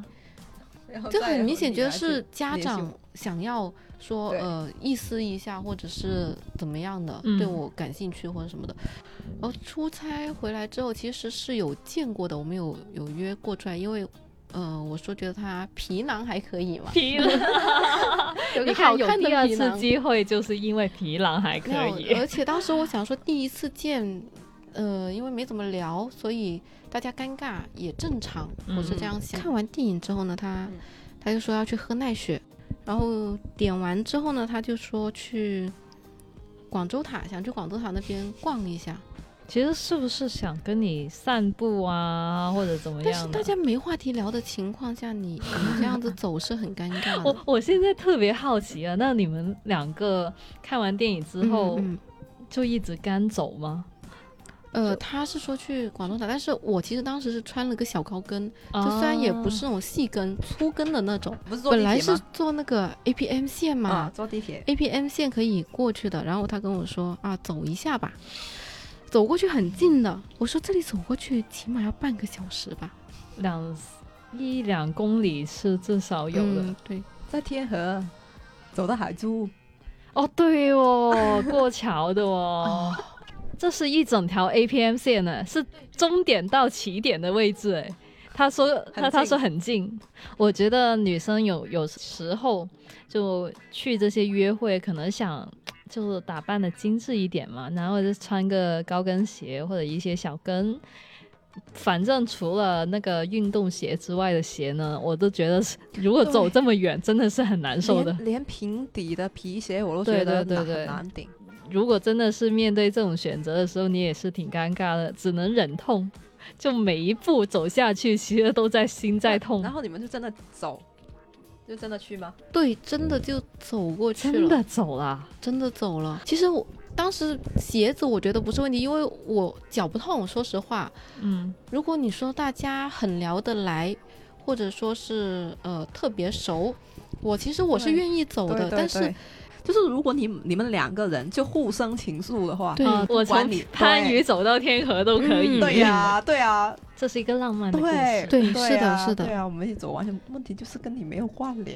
然后就再很明有显你觉得来去是家联系长我想要说对呃意思一下，或者是怎么样的，嗯对我感兴趣或者什么的。然后出差回来之后，其实是有见过的，我们有有约过出来，因为。呃，我说觉得他皮囊还可以嘛，皮囊， 啊有你个看好有看的第二皮次囊。机会，就是因为皮囊还可没有以， 而且当时我想说第一次见，呃，因为没怎么聊，所以大家尴尬也正常，我是这样嗯想。看完电影之后呢，他嗯他就说要去喝奈雪，然后点完之后呢，他就说去广州塔，想去广州塔那边逛一下， 其实是不是想跟你散步啊，或者怎么但是样的？大家没话题聊的情况下， 你你这样子走是很尴尬的我。我现在特别好奇啊，那你们两个看完电影之后、嗯嗯就一直干走吗？呃，他是说去广州塔，但是我其实当时是穿了个小高跟，就虽然也不啊是那种细跟、粗跟的那种，不是坐本地来铁是吗坐那个 APM 线嘛、啊，坐地铁 a p m 线可以过去的。然后他跟我说啊，走一下吧，走过去很近的。我说这里走过去起码要半个小时吧。两一两公里是至少有的。嗯对，在天河走到海珠，哦，对哦， 过桥的哦，这是一整条 APM 线呢，是终点到起点的位置哎。他说他很他近说很近，我觉得女生有有时候就去这些约会，可能想就是打扮的精致一点嘛，然后就穿个高跟鞋或者一些小跟。反正除了那个运动鞋之外的鞋呢，我都觉得是如果走对这么远，真的是很难受的。连连平底的皮鞋我都对觉得对对难对难顶。如果真的是面对这种选择的时候，你也是挺尴尬的，只能忍痛。就每一步走下去，其实都在心在痛然，后你们就真的走，就真的去吗？对，真的就走过去了，真的走了。真的走了。其实我当时鞋子我觉得不是问题，因为我脚不痛。说实话，嗯，如果你说大家很聊得来，或者说是呃特别熟，我其实我是对愿意走对的，对但是对就是如果你你们两个人就互生情愫的话，对啊我不管从你番禺走到天河都可以。嗯对呀、对呀、这是一个浪漫的故对事。对对是的啊是的对啊，我们一起走完全问题就是跟你没有话聊。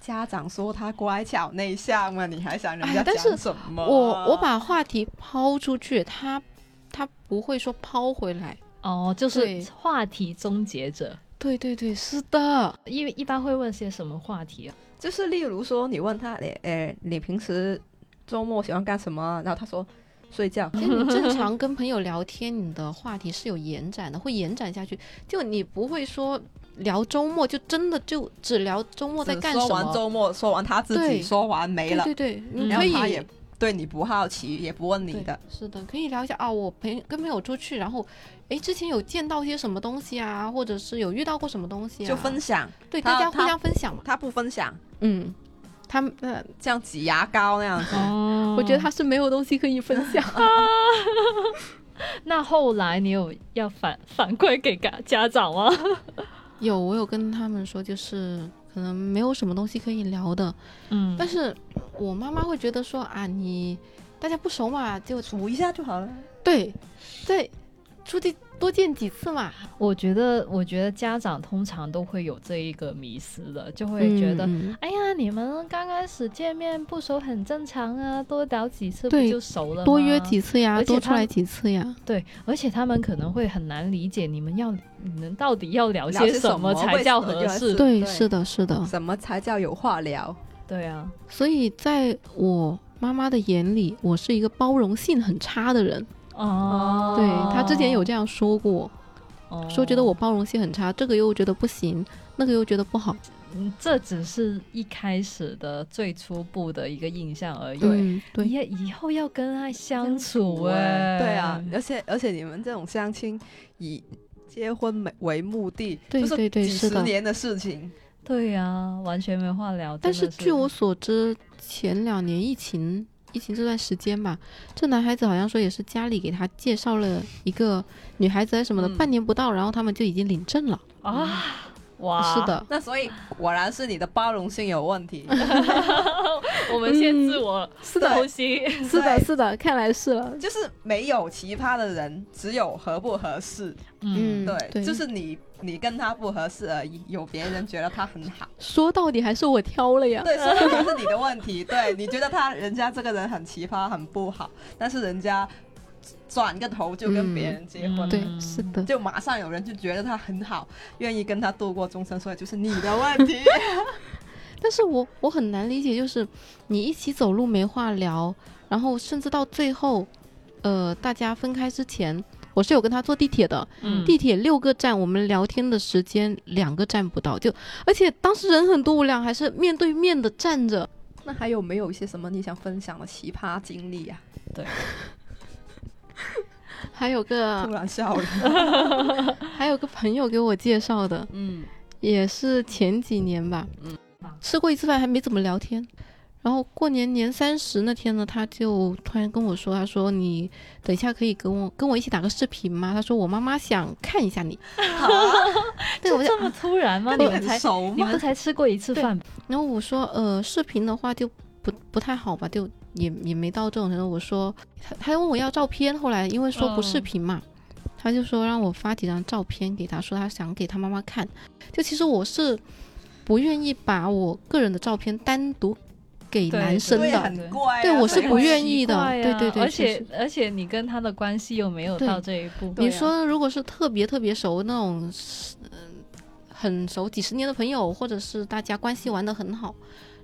家长说他乖巧内向嘛，你还想人哎家但讲是什么？啊我我把话题抛出去，他他不会说抛回来。哦，就是对话题终结者，对对对，是的，因为一般会问些什么话题啊？就是例如说，你问他，诶、诶，你平时周末喜欢干什么？啊然后他说睡觉。其实你正常跟朋友聊天，你的话题是有延展的，会延展下去。就你不会说聊周末，就真的就只聊周末在只干说什完么。周末，说完他自己，对说完没了，对对对，你然可后以他也对你不好奇，也不问你对的。是的，可以聊一下啊，我朋友跟朋友出去，然后哎之前有见到一些什么东西啊，或者是有遇到过什么东西啊，就分享，对他大家互他相分享嘛。他不分享，嗯，他们呃，像挤牙膏那样子。哦我觉得他是没有东西可以分享。那后来你有要反反馈给家家长吗？有，我有跟他们说，就是可能没有什么东西可以聊的，嗯但是我妈妈会觉得说啊，你大家不熟嘛，就数一下就好了。对，对，出去多见几次嘛，我觉得，我觉得家长通常都会有这一个迷失的，就会觉得，嗯哎呀，你们刚开始见面不熟很正常啊，多聊几次不对就熟了吗嗯多约几次嗯呀，而且多出他来几次呀，对，而且他们可能会很难理解你们要你们到底要聊聊些些什什么才叫合为什么适。对对，是的，是的，什么才叫有话聊？对啊，所以在我妈妈的眼里，我是一个包容性很差的人，哦，对她之前有这样说过，哦说觉得我包容性很差，这个又觉得不行，那个又觉得不好，嗯这只是一开始的最初步的一个印象而已。嗯，对，也以后要跟他相处哎、对啊，而且而且你们这种相亲以结婚为为目的，对就是对对几是十的年的事情。对啊，完全没话聊。但真是的是据我所知，前两年疫情疫情这段时间吧，这男孩子好像说也是家里给他介绍了一个女孩子还是什么的，嗯半年不到，然后他们就已经领证了。啊，嗯哇，是，的，那所以果然是你的包容性有问题。我们先自我嗯是剖析。是的是的，看来是了。就是没有奇葩的人，只有合不合适。嗯，对，对就是你你跟他不合适而已，有别人觉得他很好。说到底还是我挑了呀。对，所以这是你的问题。 对，你觉得他人家这个人很奇葩，很不好，但是人家转个头就跟别人结婚了。嗯对，嗯是的，就马上有人就觉得他很好，愿意跟他度过终身，所以就是你的问题。但是我我很难理解，就是你一起走路没话聊，然后甚至到最后，呃，大家分开之前，我是有跟他坐地铁的，嗯地铁六个站，我们聊天的时间两个站不到，就而且当时人很多，我俩还是面对面的站着。 那还有没有一些什么你想分享的奇葩经历啊？还有个突然笑 了，还有个朋友给我介绍的，嗯，也是前几年吧，嗯，吃过一次饭还没怎么聊天。然后过年年三十那天呢，他就突然跟我说，他说你等一下可以跟我跟我一起打个视频吗？他说我妈妈想看一下你。对，我就这么突然吗？那你你们才很熟你吗？们才吃过一次饭，然后我说，呃，视频的话就不不太好吧，就也也没到这种程度。我说，他他问我要照片，后来因为说不视嗯频嘛，他就说让我发几张照片给他，说他想给他妈妈看。就其实我是不愿意把我个人的照片单独给对男生对的，对很怪啊。对我是对不愿意的很奇怪啊对对对而确且实而且你跟他的关系又没有对到这一步，对你啊说如果是特别特别熟那种，嗯、很熟几十年的朋友，或者是大家关系玩得很好，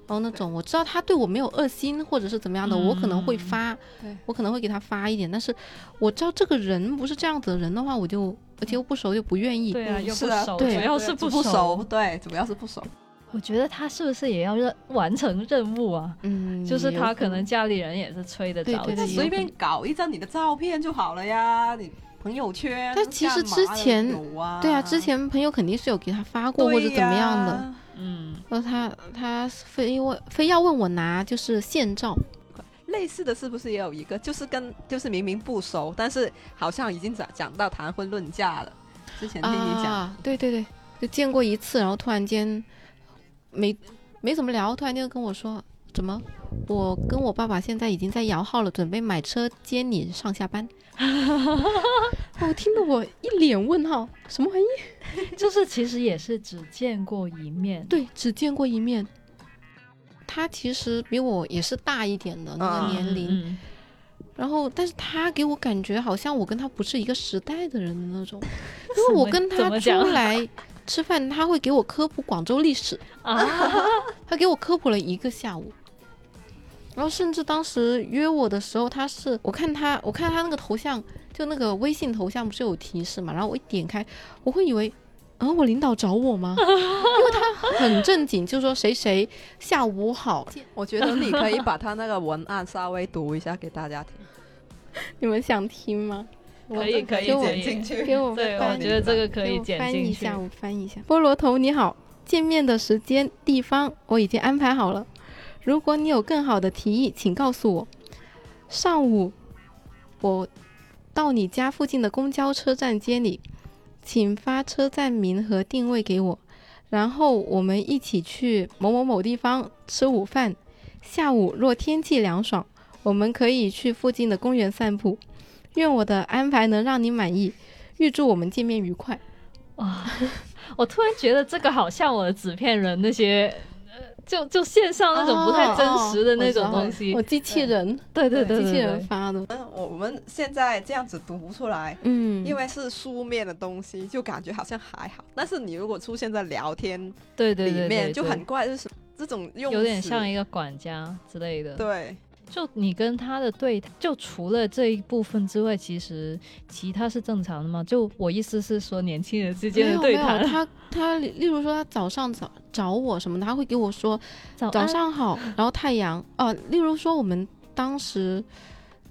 然后那种我知道他对我没有恶心或者是怎么样的，我可能会嗯发对，我可能会给他发一点，但是我知道这个人不是这样子的人的话，我就而且又不熟又不愿意，嗯对啊，嗯又是不的熟，主对要是不不熟。熟，对，主要是不熟。我觉得他是不是也要任完成任务啊？嗯，就是有他可能家里人也是催得对着对那对急，随便搞一张你的照片就好了呀，你朋友圈。但其实干嘛的之前有啊，对啊，之前朋友肯定是有给他发过或者对怎么样的，呀。嗯， 然后他他非问非要问我拿就是现照，类似的是不是也有一个，就是跟就是明明不熟，但是好像已经讲讲到谈婚论嫁了。之 前听你讲，啊，对对对，就见过一次，然后突然间没没怎么聊，突然间跟我说，怎么我跟我爸爸现在已经在摇号了，准备买车接你上下班。我听得我一脸问号，什么玩意？就是其实也是只见过一面，对，只见过一面。他其实比我也是大一点的那个嗯年龄，嗯然后但是他给我感觉好像我跟他不是一个时代的人的那 种，因为我跟怎他么出讲 来吃饭，他会给我科普广州历史，啊， 他给我科普了一个下午。然后甚至当时约我的时候，他是我看他，我看他那个头像，就那个微信头像不是有提示嘛？然后我一点开，我会以为，嗯，我领导找我吗？因为他很正经，就说谁谁下午好，我觉得你可以把他那个文案稍微读一下给大家听。你们想听吗？我可以可以就我可剪以进， 去。给我对，翻我觉得这个可给以我剪翻进一去下，。我翻译一下。菠萝头你好，见面的时间、地方我已经安排好了。如果你有更好的提议，请告诉我。上午我到你家附近的公交车站接你，请发车站名和定位给我，然后我们一起去某某某地方吃午饭。下午若天气凉爽，我们可以去附近的公园散步。愿我的安排能让你满意，预祝我们见面愉快。哇， 我突然觉得这个好像我的纸片人那些，呃就就线上那种不太真实的那种东西哦我。机器人，对对对机对器对人，发的，嗯，我我们现在这样子读不出来，嗯，因为是书面的东西，就感觉好像还好。但是你如果出现在聊天对对里对对，面，就对很怪，就是这种用有点词像一个管家之类的。 对就你跟他的对谈，就除了这一部分之外，其实其他是正常的嘛？就我意思是说，年轻人之没间的有没对有，谈， 他他例如说他早上找找我什么的，他会给我说早早安上好，然后太阳哦、例如说我们当时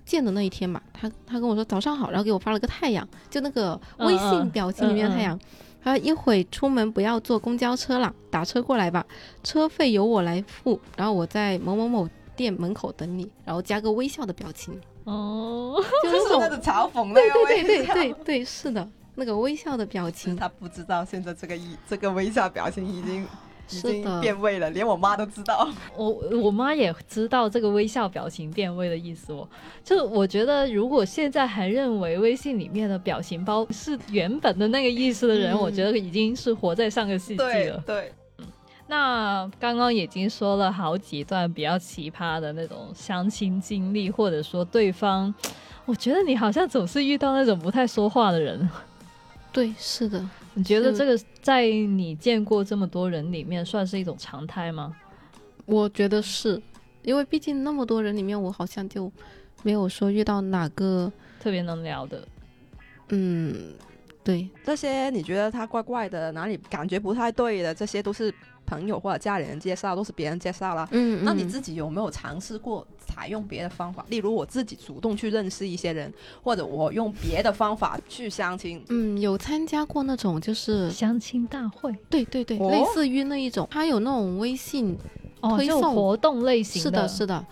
见的那一天嘛，他他跟我说早上好，然后给我发了个太阳，就那个微嗯信嗯表情里面的太阳。他说一会出门不要坐公交车了，打车过来吧，车费由我来付，然后我在某某某店门口等你，然后加个微笑的 表情，哦，就就是那那种种嘲讽那个对对微笑。对 对对，是的，那个微笑的表情，他不知道现在这个一这个微笑表情已经已是经的，变味了，连我妈都知 道。我我妈也知道这个微笑表情变味的意思哦。就我觉得，如果现在还认为微信里面的表情包是原本的那个意思的人，嗯我觉得已经是活在上个世纪对了。对，那刚刚已经说了好几段比较奇葩的那种相亲经历，或者说对方，我觉得你好像总是遇到那种不太说话的人。对，是的，你觉得是这个在你见过这么多人里面算是一种常态吗？我觉得是因为毕竟那么多人里面，我好像就没有说遇到哪个，特别能聊的，嗯，对，这些，你觉得他怪怪的，哪里感觉不太对的，这些都是朋友或者家里人介绍，都是别人介绍啦。嗯，那你嗯自己有没有尝试过采用别的方法？例如我自己主动去认识一些人，或者我用别的方法去相亲。嗯有参加过那种就是相亲大会对对对，哦类似于那一种，它有那种微信，哦，推就送活动类型是的，的，是的。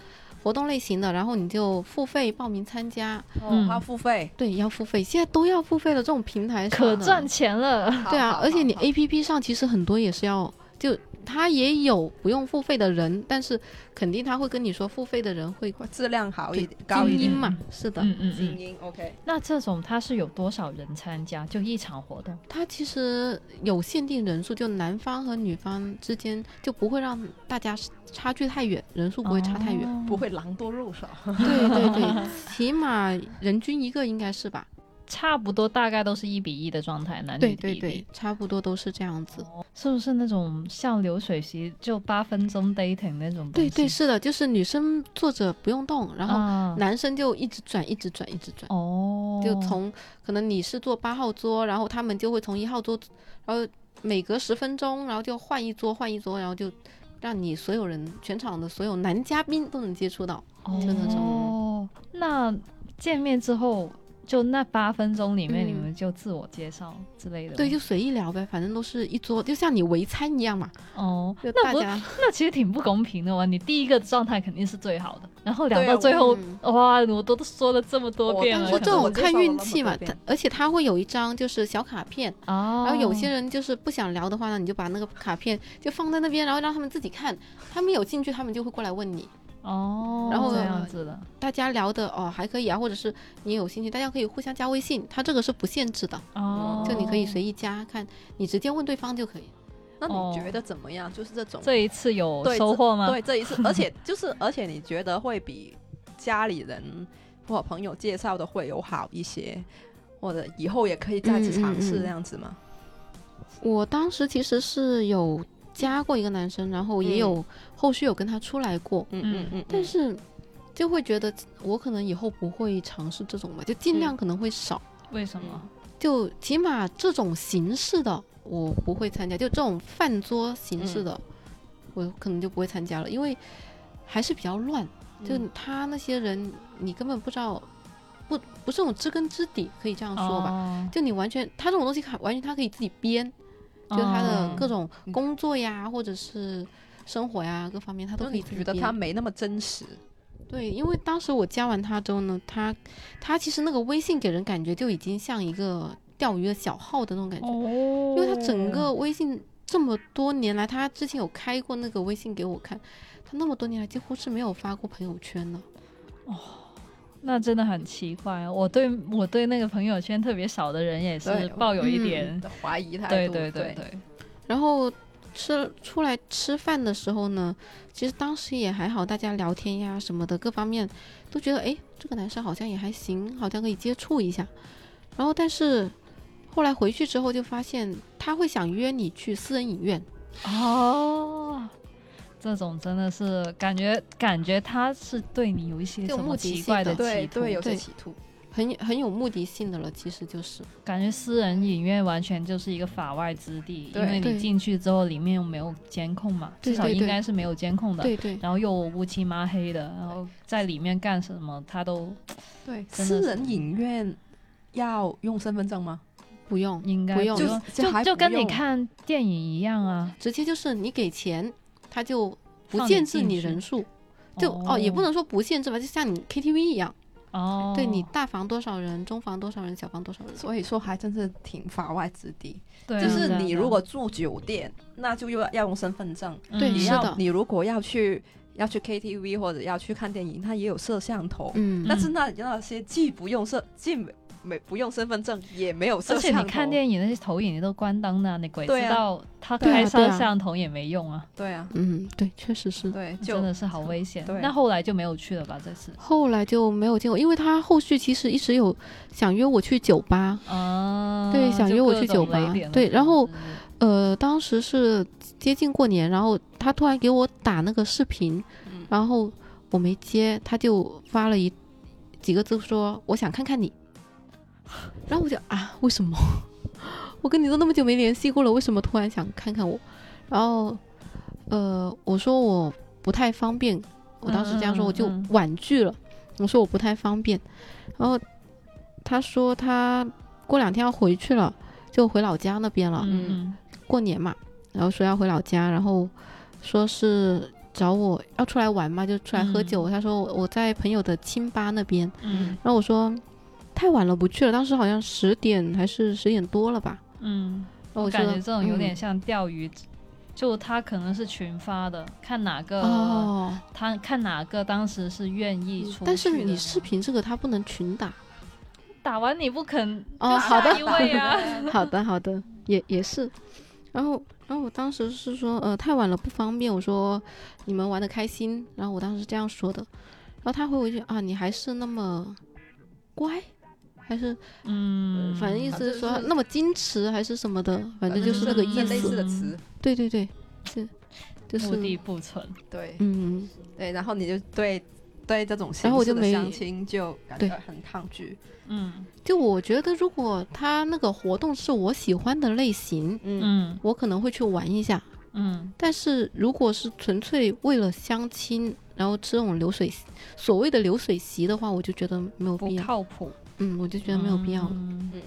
活动类型的，然后你就付费报名参加，嗯哦，他付费，对，要付费，现在都要付费的这种平台上可的赚钱了。好对啊好，而且好你好 A P P 上其实很多也是要就他也有不用付费的人，但是肯定他会跟你说付费的人会质量好一对点，高精一英点，嘛，是的。嗯嗯精嗯。英 OK。那这种它是有多少人参加？就一场活动？它其实有限定人数，就男方和女方之间就不会让大家差距太远，人数不会差太远。哦不会狼多肉少。对对对，起码人均一个应该是吧？差不多大概都是一比一的状态，男女对比对例对，差不多都是这样子。是不是那种像流水席就八分钟 dating 那种东对西？对，是的，就是女生坐着不用动，然后啊男生就一直转，一直转，一直转。哦，就从可能你是坐八号桌，然后他们就会从一号桌，然后每隔十分钟，然后就换一桌换一桌，然后就让你所有人全场的所有男嘉宾都能接触到。就那种哦，那见面之后，就那八分钟里面，嗯你们就自我介绍之类的吗。对，就随意聊呗，反正都是一桌，就像你围餐一样嘛。哦，就那大不家那其实挺不公平的嘛。你第一个状态肯定是最好的，然后聊对啊到最后我，哇，我都说了这么多我遍当时了，说可这就能我种介看绍了运那么气嘛多，遍它而且它会有一张就是小卡片，哦，然后有些人就是不想聊的话呢，你就把那个卡片就放在那边，然后让他们自己看，他们有兴趣，他们就会过来问你。哦，然后这样子的，大家聊的哦还可以啊，或者是你有兴趣，大家可以互相加微信，它这个是不限制的，哦，就你可以随意加，看你直接问对方就可以。那哦你觉得怎么样？就是这种这一次有对收获吗？对这一 次，而且就是而且你觉得会比家里人或朋友介绍的会有好一些，或者以后也可以再嗯次尝试这样子吗？我当时其实是有加过一个男生，然后也有、后续有跟他出来过，嗯嗯嗯，但是就会觉得我可能以后不会尝试这种吧，就尽量可能会少，为什么？就起码这种形式的我不会参加，就这种饭桌形式的、我可能就不会参加了，因为还是比较乱。嗯就他那些人，你根本不知道，不不是那种知根知底，可以这样嗯说哦吧。吧，就你完全，他这种东西可完全他可以自己编，就他的哦各种工作呀，或者是生活呀各方面，他都就是啊可以你自觉己得编他没那么真实，对，因为当时我加完他之后呢，他他其实那个微信给人感觉就已经像一个钓鱼的小号的那种感觉，哦因为他整个微信这么多年来，他之前有开过那个微信给我看，他那么多年来几乎是没有发过朋友圈的。那真的很奇怪，我对我对那个朋友圈特别少的人也是对抱有一嗯点，怀疑态对度，对对对，然后吃出来吃饭的时候呢，其实当时也还好，大家聊天呀什么的，各方面都觉得，哎，这个男生好像也还行，好像可以接触一下。然后但是后来回去之后就发现，他会想约你去私人影院，哦，这种真的是感觉感觉他是对你有一些就什目么的奇性怪的企对图，对，有些对企图，很很有目的性的了，其实就是。感觉私人影院完全就是一个法外之地，因对为你对进去之后里面又没有监控嘛，对至少对应对该是没有监控的，对对，然后又乌漆麻黑的，然后在里面干什么他都对，真的私是人影院要用身份证吗？不用，应该不用就就就就还就不跟你用看电影一样啊，直接就是你给钱，他就不放你限制进你去人数。就哦，也不能说不限制吧，就像你 KTV 一样，哦，对你大房多少人，中房多少人，小房多少人，所以说还真是挺法外之地。对啊，就是对啊你对啊如果住酒店，那就又要要用身份证。对嗯你是要的你如果要去要去 KTV 或者要去看电影，它也有摄像头。嗯但是那那些既不用摄，既没没不用身份证，也没有摄而且像头。你看电影那些投影都关灯的啊，你鬼对知啊道他对啊开对上啊摄像头也没用啊，对啊，嗯，对，确实是。对，啊就嗯真的是好危险对。那后来就没有去了吧？这次后来就没有见过，因为他后续其实一直有想约我去酒吧，啊，对想就约我各去种酒雷吧点了嗯对然后是呃，当时是接近过年，然后他突然给我打那个视频，嗯然后我没接，他就发了一几个字说我想看看你，然后我就啊，为什么？ 我跟你都那么久没联系过了，为什么突然想看看我？然后呃，我说我不太方便，我当时这样说，嗯嗯我就嗯婉拒了，我说我不太方便，然后他说他过两天要回去了，就回老家那边了。嗯嗯过年嘛，然后说要回老家，然后说是找我要出来玩嘛，就出来喝酒。他说我我在朋友的清吧那边，嗯然后我说太晚了不去了，当时好像十点还是十点多了吧。嗯，哦然后我感说觉这种有点嗯像钓鱼，就他可能是群发的，看哪个、哦，他看哪个当时是愿意出去的。但是你视频这个它不能群打。打完你不肯 哦，就好的下一，位啊，好的，好的，也也是。然后，然后我当时是说，呃，太晚了不方便。我说你们玩的开心。然后我当时是这样说的。然后他回我一句啊，你还是那么乖，还是、嗯，反正意反思正是说就是那么矜持，还是什么的，反正就是那个嗯意类似思。的词，对对对，是就是目的不纯，对嗯，对，然后你就对对这种然后形我式就的没相亲就感觉对很抗拒，嗯就我觉得如果他那个活动是我喜欢的类型，嗯，嗯我可能会去玩一下。嗯但是如果是纯粹为了相亲，然后吃这种流水席所谓的流水席的话，我就觉得没有必不要。靠谱，嗯，我就觉得没有必要了。嗯嗯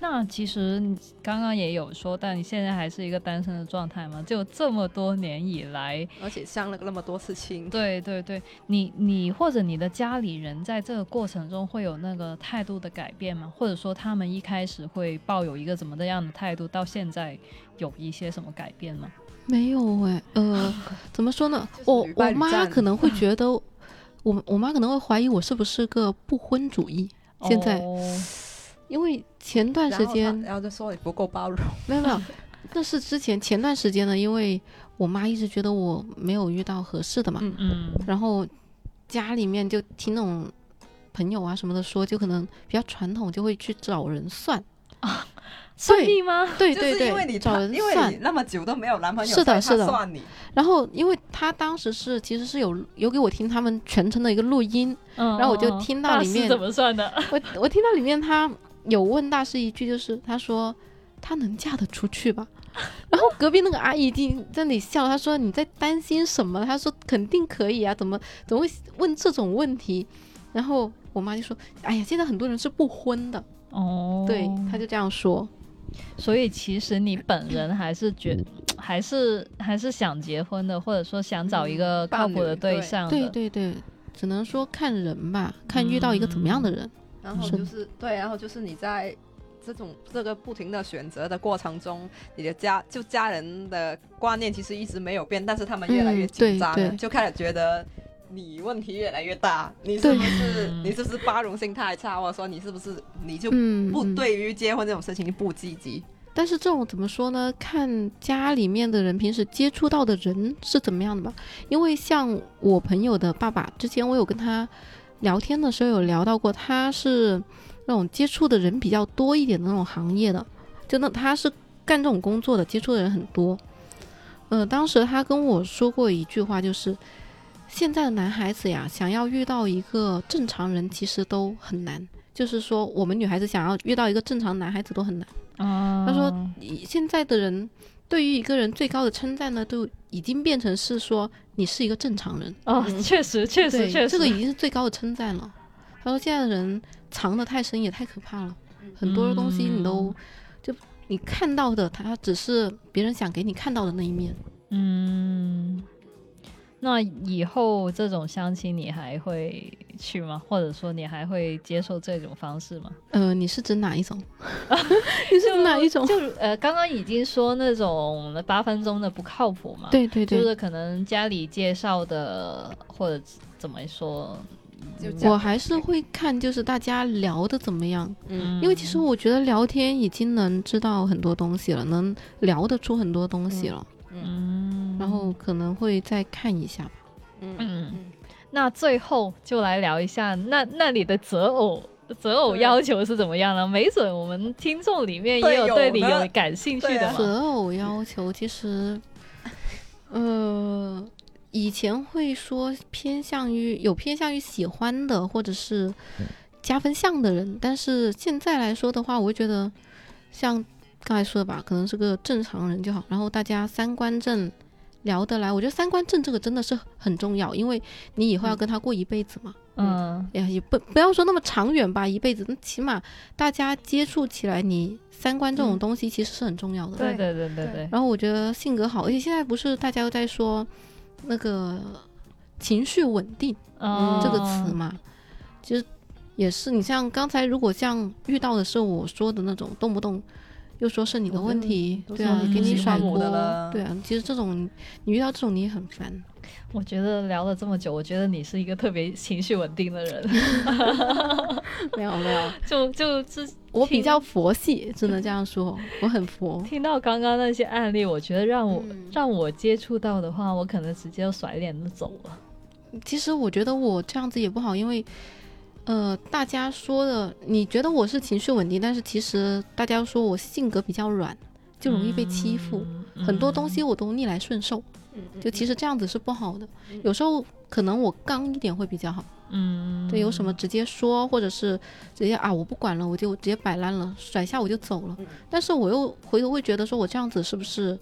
那其实你刚刚也有说到，你现在还是一个单身的状态嘛？就这么多年以来，而且相了那么多次亲，对对对，你你或者你的家里人在这个过程中会有那个态度的改变吗？或者说他们一开始会抱有一个怎么样的态度，到现在有一些什么改变吗？没有哎、呃，怎么说呢？就是我屡败我屡妈战可能会觉得，我我妈可能会怀疑我是不是个不婚主义。现在哦因为前段然时后间他然后就说你不够包容，没有没有，那是之前前段时间呢，因为我妈一直觉得我没有遇到合适的嘛，嗯嗯然后家里面就听那种朋友啊什么的说，就可能比较传统，就会去找 人算。算命吗？对就对是因为对，你找他人因为你算。那么久都没有男朋友，是的所以他是的算你，然后因为他当时是其实是有有给我听他们全程的一个 录音，嗯，然后我就嗯嗯听到大里师面怎么算的？我我听到里面他有问大师一句，就是他说他能嫁得出去吧？ 然后隔壁那个阿姨已经在那里笑，她说你在担心什么？她说肯定可以啊，怎么怎么会问这种问题？然后我妈就说，哎呀，现在很多人是不婚的，哦，对，她就这样说。所以其实你本人还是觉，嗯还是还是想结婚的，或者说想找一嗯个嗯靠谱的伴侣对象的。对对对，只能说看人吧，看遇到一个怎么样的人。然后是就是对，然后就是你在这种这个不停的选择的过程中，你的家就家人的观念其实一直没有变，但是他们越来越嗯紧张了，对对就开始觉得。你问题越来越大，你是对不是嗯你是不是包容性太差，或者说你是不是你就嗯，不嗯。对于结婚这种事情不积极？但是这种怎么说呢？看家里面的人平时接触到的人是怎么样的吧。因为像我朋友的爸爸，之前我有跟他聊天的时候有聊到过，他是那种接触的人比较多一点的那种行业的，就那他是干这种工作的，接触的人很多。呃，当时他跟我说过一句话，就是现在的男孩子呀，想要遇到一个正常人，其实都很难。就是说，我们女孩子想要遇到一个正常男孩子都很难。啊，他说你现在的人对于一个人最高的称赞呢，都已经变成是说你是一个正常人，哦，嗯确实确实对，确实，这个已经是最高的称赞了。他说现在的人藏得太深也太可怕了，很多东西你都、嗯就你看到的，他只是别人想给你看到的那一面。嗯，那以后这种相亲你还会去吗？或者说你还会接受这种方式吗？呃，你是指哪一 种？你是指哪一种？就呃，刚刚已经说那种八分钟的不靠谱嘛，，对对就对，是可能家里介绍的，或者怎么说，就这样嗯我还是会看，就是大家聊的怎么样。嗯，因为其实我觉得聊天已经能知道很多东西了，能聊得出很多东西了，嗯，然后可能会再看一下吧。嗯嗯，那最后就来聊一下那那你的择偶。择偶对要求是怎么样呢？没准我们听众里面对也有有对你的有感兴趣对的啊嘛。择偶要求其实，呃，以前会说偏向于有偏向于喜欢的或者是加分项的人，但是现在来说的话，我会觉得像刚才说的吧，可能是个正常人就好，然后大家三观正。聊得来，我觉得三观正这个真的是很重要，因为你以后要跟他过一辈子嘛。嗯哎呀，也不不要说那么长远吧，一辈子，那起码大家接触起来，你三观这种嗯东西其实是很重要的。对对对对对对，然后我觉得性格好，而且现在不是大家都在说那个情绪稳定哦这个词嘛，其实也是你像刚才如果像遇到的是我说的那种动不动又说是你的我问觉得题，都对是啊，给你自己甩父母锅的了，对啊，其实这种你遇到这种你也很烦。我觉得聊了这么久，我觉得你是一个特别情绪稳定的人，没有没有，就就之我比听较佛系，只能这样说，我很佛。听到刚刚那些案例，我觉得让我、嗯让我接触到的话，我可能直接就甩脸就走了。其实我觉得我这样子也不好，因为，呃，大家说的，你觉得我是情绪稳定，但是其实大家说我性格比较软，就容易被欺负，嗯很多东西我都逆来顺受，嗯就其实这样子是不好的。有时候可能我刚一点会比较好，嗯，对，有什么直接说，或者是直接啊，我不管了，我就直接摆烂了，甩下我就走嗯了。但是我又回头会觉得，说我这样子是不是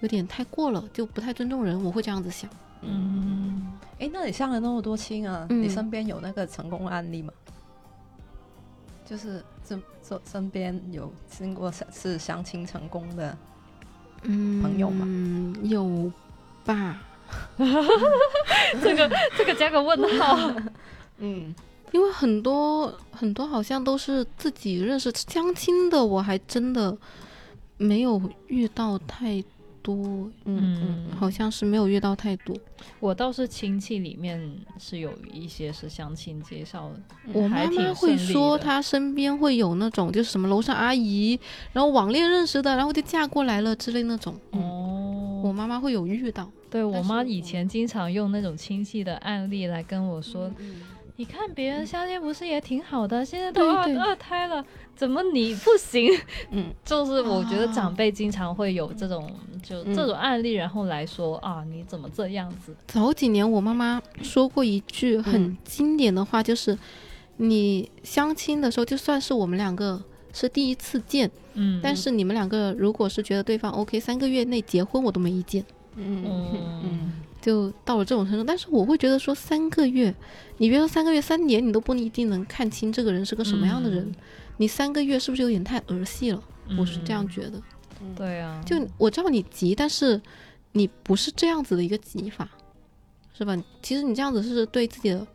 有点太过了，就不太尊重人，我会这样子想。嗯，哎，那你上了那么多亲啊，嗯你身边有那个成功案例吗？就是身身身边有经过是相亲成功的，嗯，朋友吗嗯，有吧？这个这个加个问号，嗯，因为很多很多好像都是自己认识相亲的，我还真的没有遇到太多，嗯嗯好像是没有遇到太多。我倒是亲戚里面是有一些是相亲介绍的，我嗯还妈挺妈会顺利说，的她身边会有那种就是什么楼上阿姨，然后网恋认识的，然后就嫁过来了之类那种。嗯哦，我妈妈会有遇到，对我但是妈我以前经常用那种亲戚的案例来跟我说，你看别人相亲不是也挺好的，现在都对二对二胎了，怎么你不行？嗯， 就是我觉得啊长辈经常会有这种、就嗯这种案例，然后来说啊，你怎么这样子？早几年我妈妈说过一句很嗯经典的话，就是、你相亲的时候，就算是我们两个是第一次见，嗯，但是你们两个如果是觉得对方 OK，三个月内结婚我都没意见，嗯嗯嗯就到了这种程度。但是我会觉得说三个月，你别说三个月，三年你都不一定能看清这个人是个什么样的人。嗯你三个月是不是有点太儿戏了？我是这样觉得。得嗯对啊，就我知道你急，但是你不是这样子的一个急法，是吧？其实你这样子是对自己的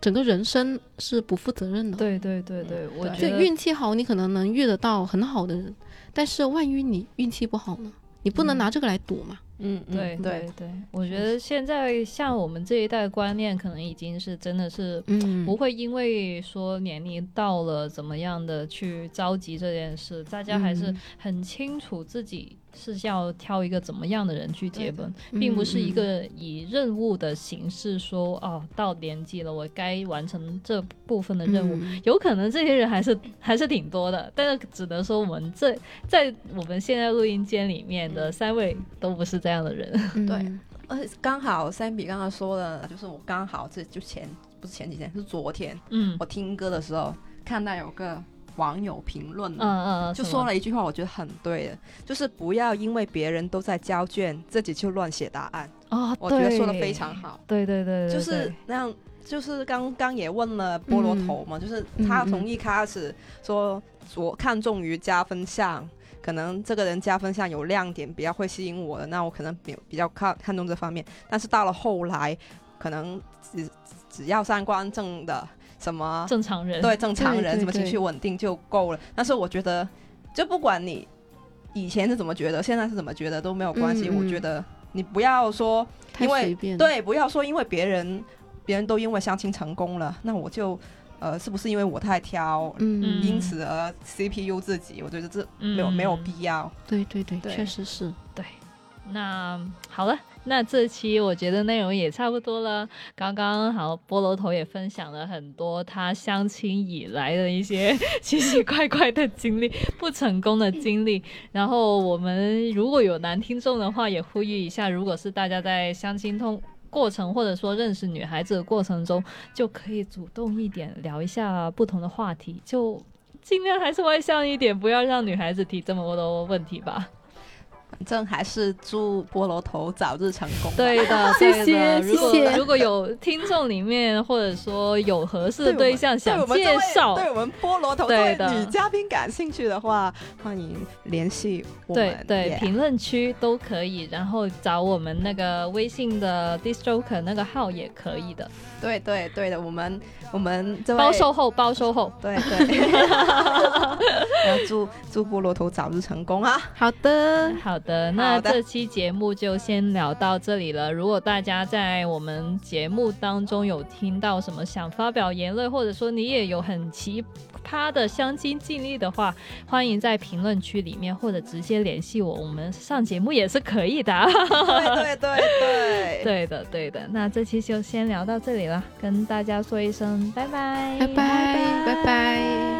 整个人生是不负责任的。对对对对，我对觉就得运气好，你可能能遇得到很好的人，但是万一你运气不好呢？你不能嗯拿这个来赌嘛。嗯嗯对对，对，我觉得现在像我们这一代观念，可能已经是真的是嗯不会因为说年龄到了怎么样的去着急这件事，大家还是嗯很清楚自己是要挑一个怎么样的人去结婚，并嗯不是一个以任务的形式说哦，到年纪了我该完成这部分的任务。嗯有可能这些人还是还是挺多的，但是只能说我们这在我们现在录音间里面嗯的三位都不是这样的人。嗯对而且刚好 Sammy 刚刚说了，就是我刚好这就前不是前几天是昨天，嗯我听歌的时候看到有个网友评论 嗯，嗯，嗯就说，了一句话，我觉得很对的，就是不要因为别人都在交卷，自己就乱写答案。什么啊，我觉得对说的非常好，对对对，对就是对嗯那样。就是刚刚也问了菠萝头嘛，就是他从一开始说我看重于加分项，可能这个人加分项有亮点，比较会吸引我的，那我可能比比较看看重这方面。但是到了后来，可能只只要三观正的，什么正常 人，对正常人对什么情对绪稳定就够了。但是我觉得，就不管你以前是怎么觉得，现在是怎么觉得都没有关系。嗯嗯嗯我觉得你不要说太因随为便。，对，不要说因为别人别人都因为相亲成功了，那我就呃是不是因为我太挑，嗯，因此而 CPU 自己？我觉得这嗯没有、没有必要。对对对，对确实是。那好了，那这期我觉得内容也差不多了。刚刚好菠萝头也分享了很多他相亲以来的一些 奇奇怪怪的经历，不成功的经历。然后我们如果有男听众的话，也呼吁一下，如果是大家在相亲通。过程或者说认识女孩子的过程中，就可以主动一点聊一下不同的话题，就尽量还是外向一点，不要让女孩子提这么多问题吧。正还是祝菠萝头早日成功吧。 对 的，谢对的谢如果谢谢如果有听众里面或者说有合适的我们 对象想对我们这介位绍，对我们菠萝头对对的女嘉宾感兴趣的话，欢迎联系我对们。对 Yeah 评论区都可以，然后找我们那个微信的 Distroker 那个号也可以的，对对对的，我们我们这位包售后包售后。对对， 要祝祝菠萝头早日成功 啊！好的，嗯好的，那好的这期节目就先聊到这里了。如果大家在我们节目当中有听到什么想发表言论，或者说你也有很奇葩的相亲经历的话，欢迎在评论区里面或者直接联系我，我们上节目也是可以 的啊。对对对对，对的，对的。那这期就先聊到这里了，跟大家说一声拜拜，拜拜，拜拜。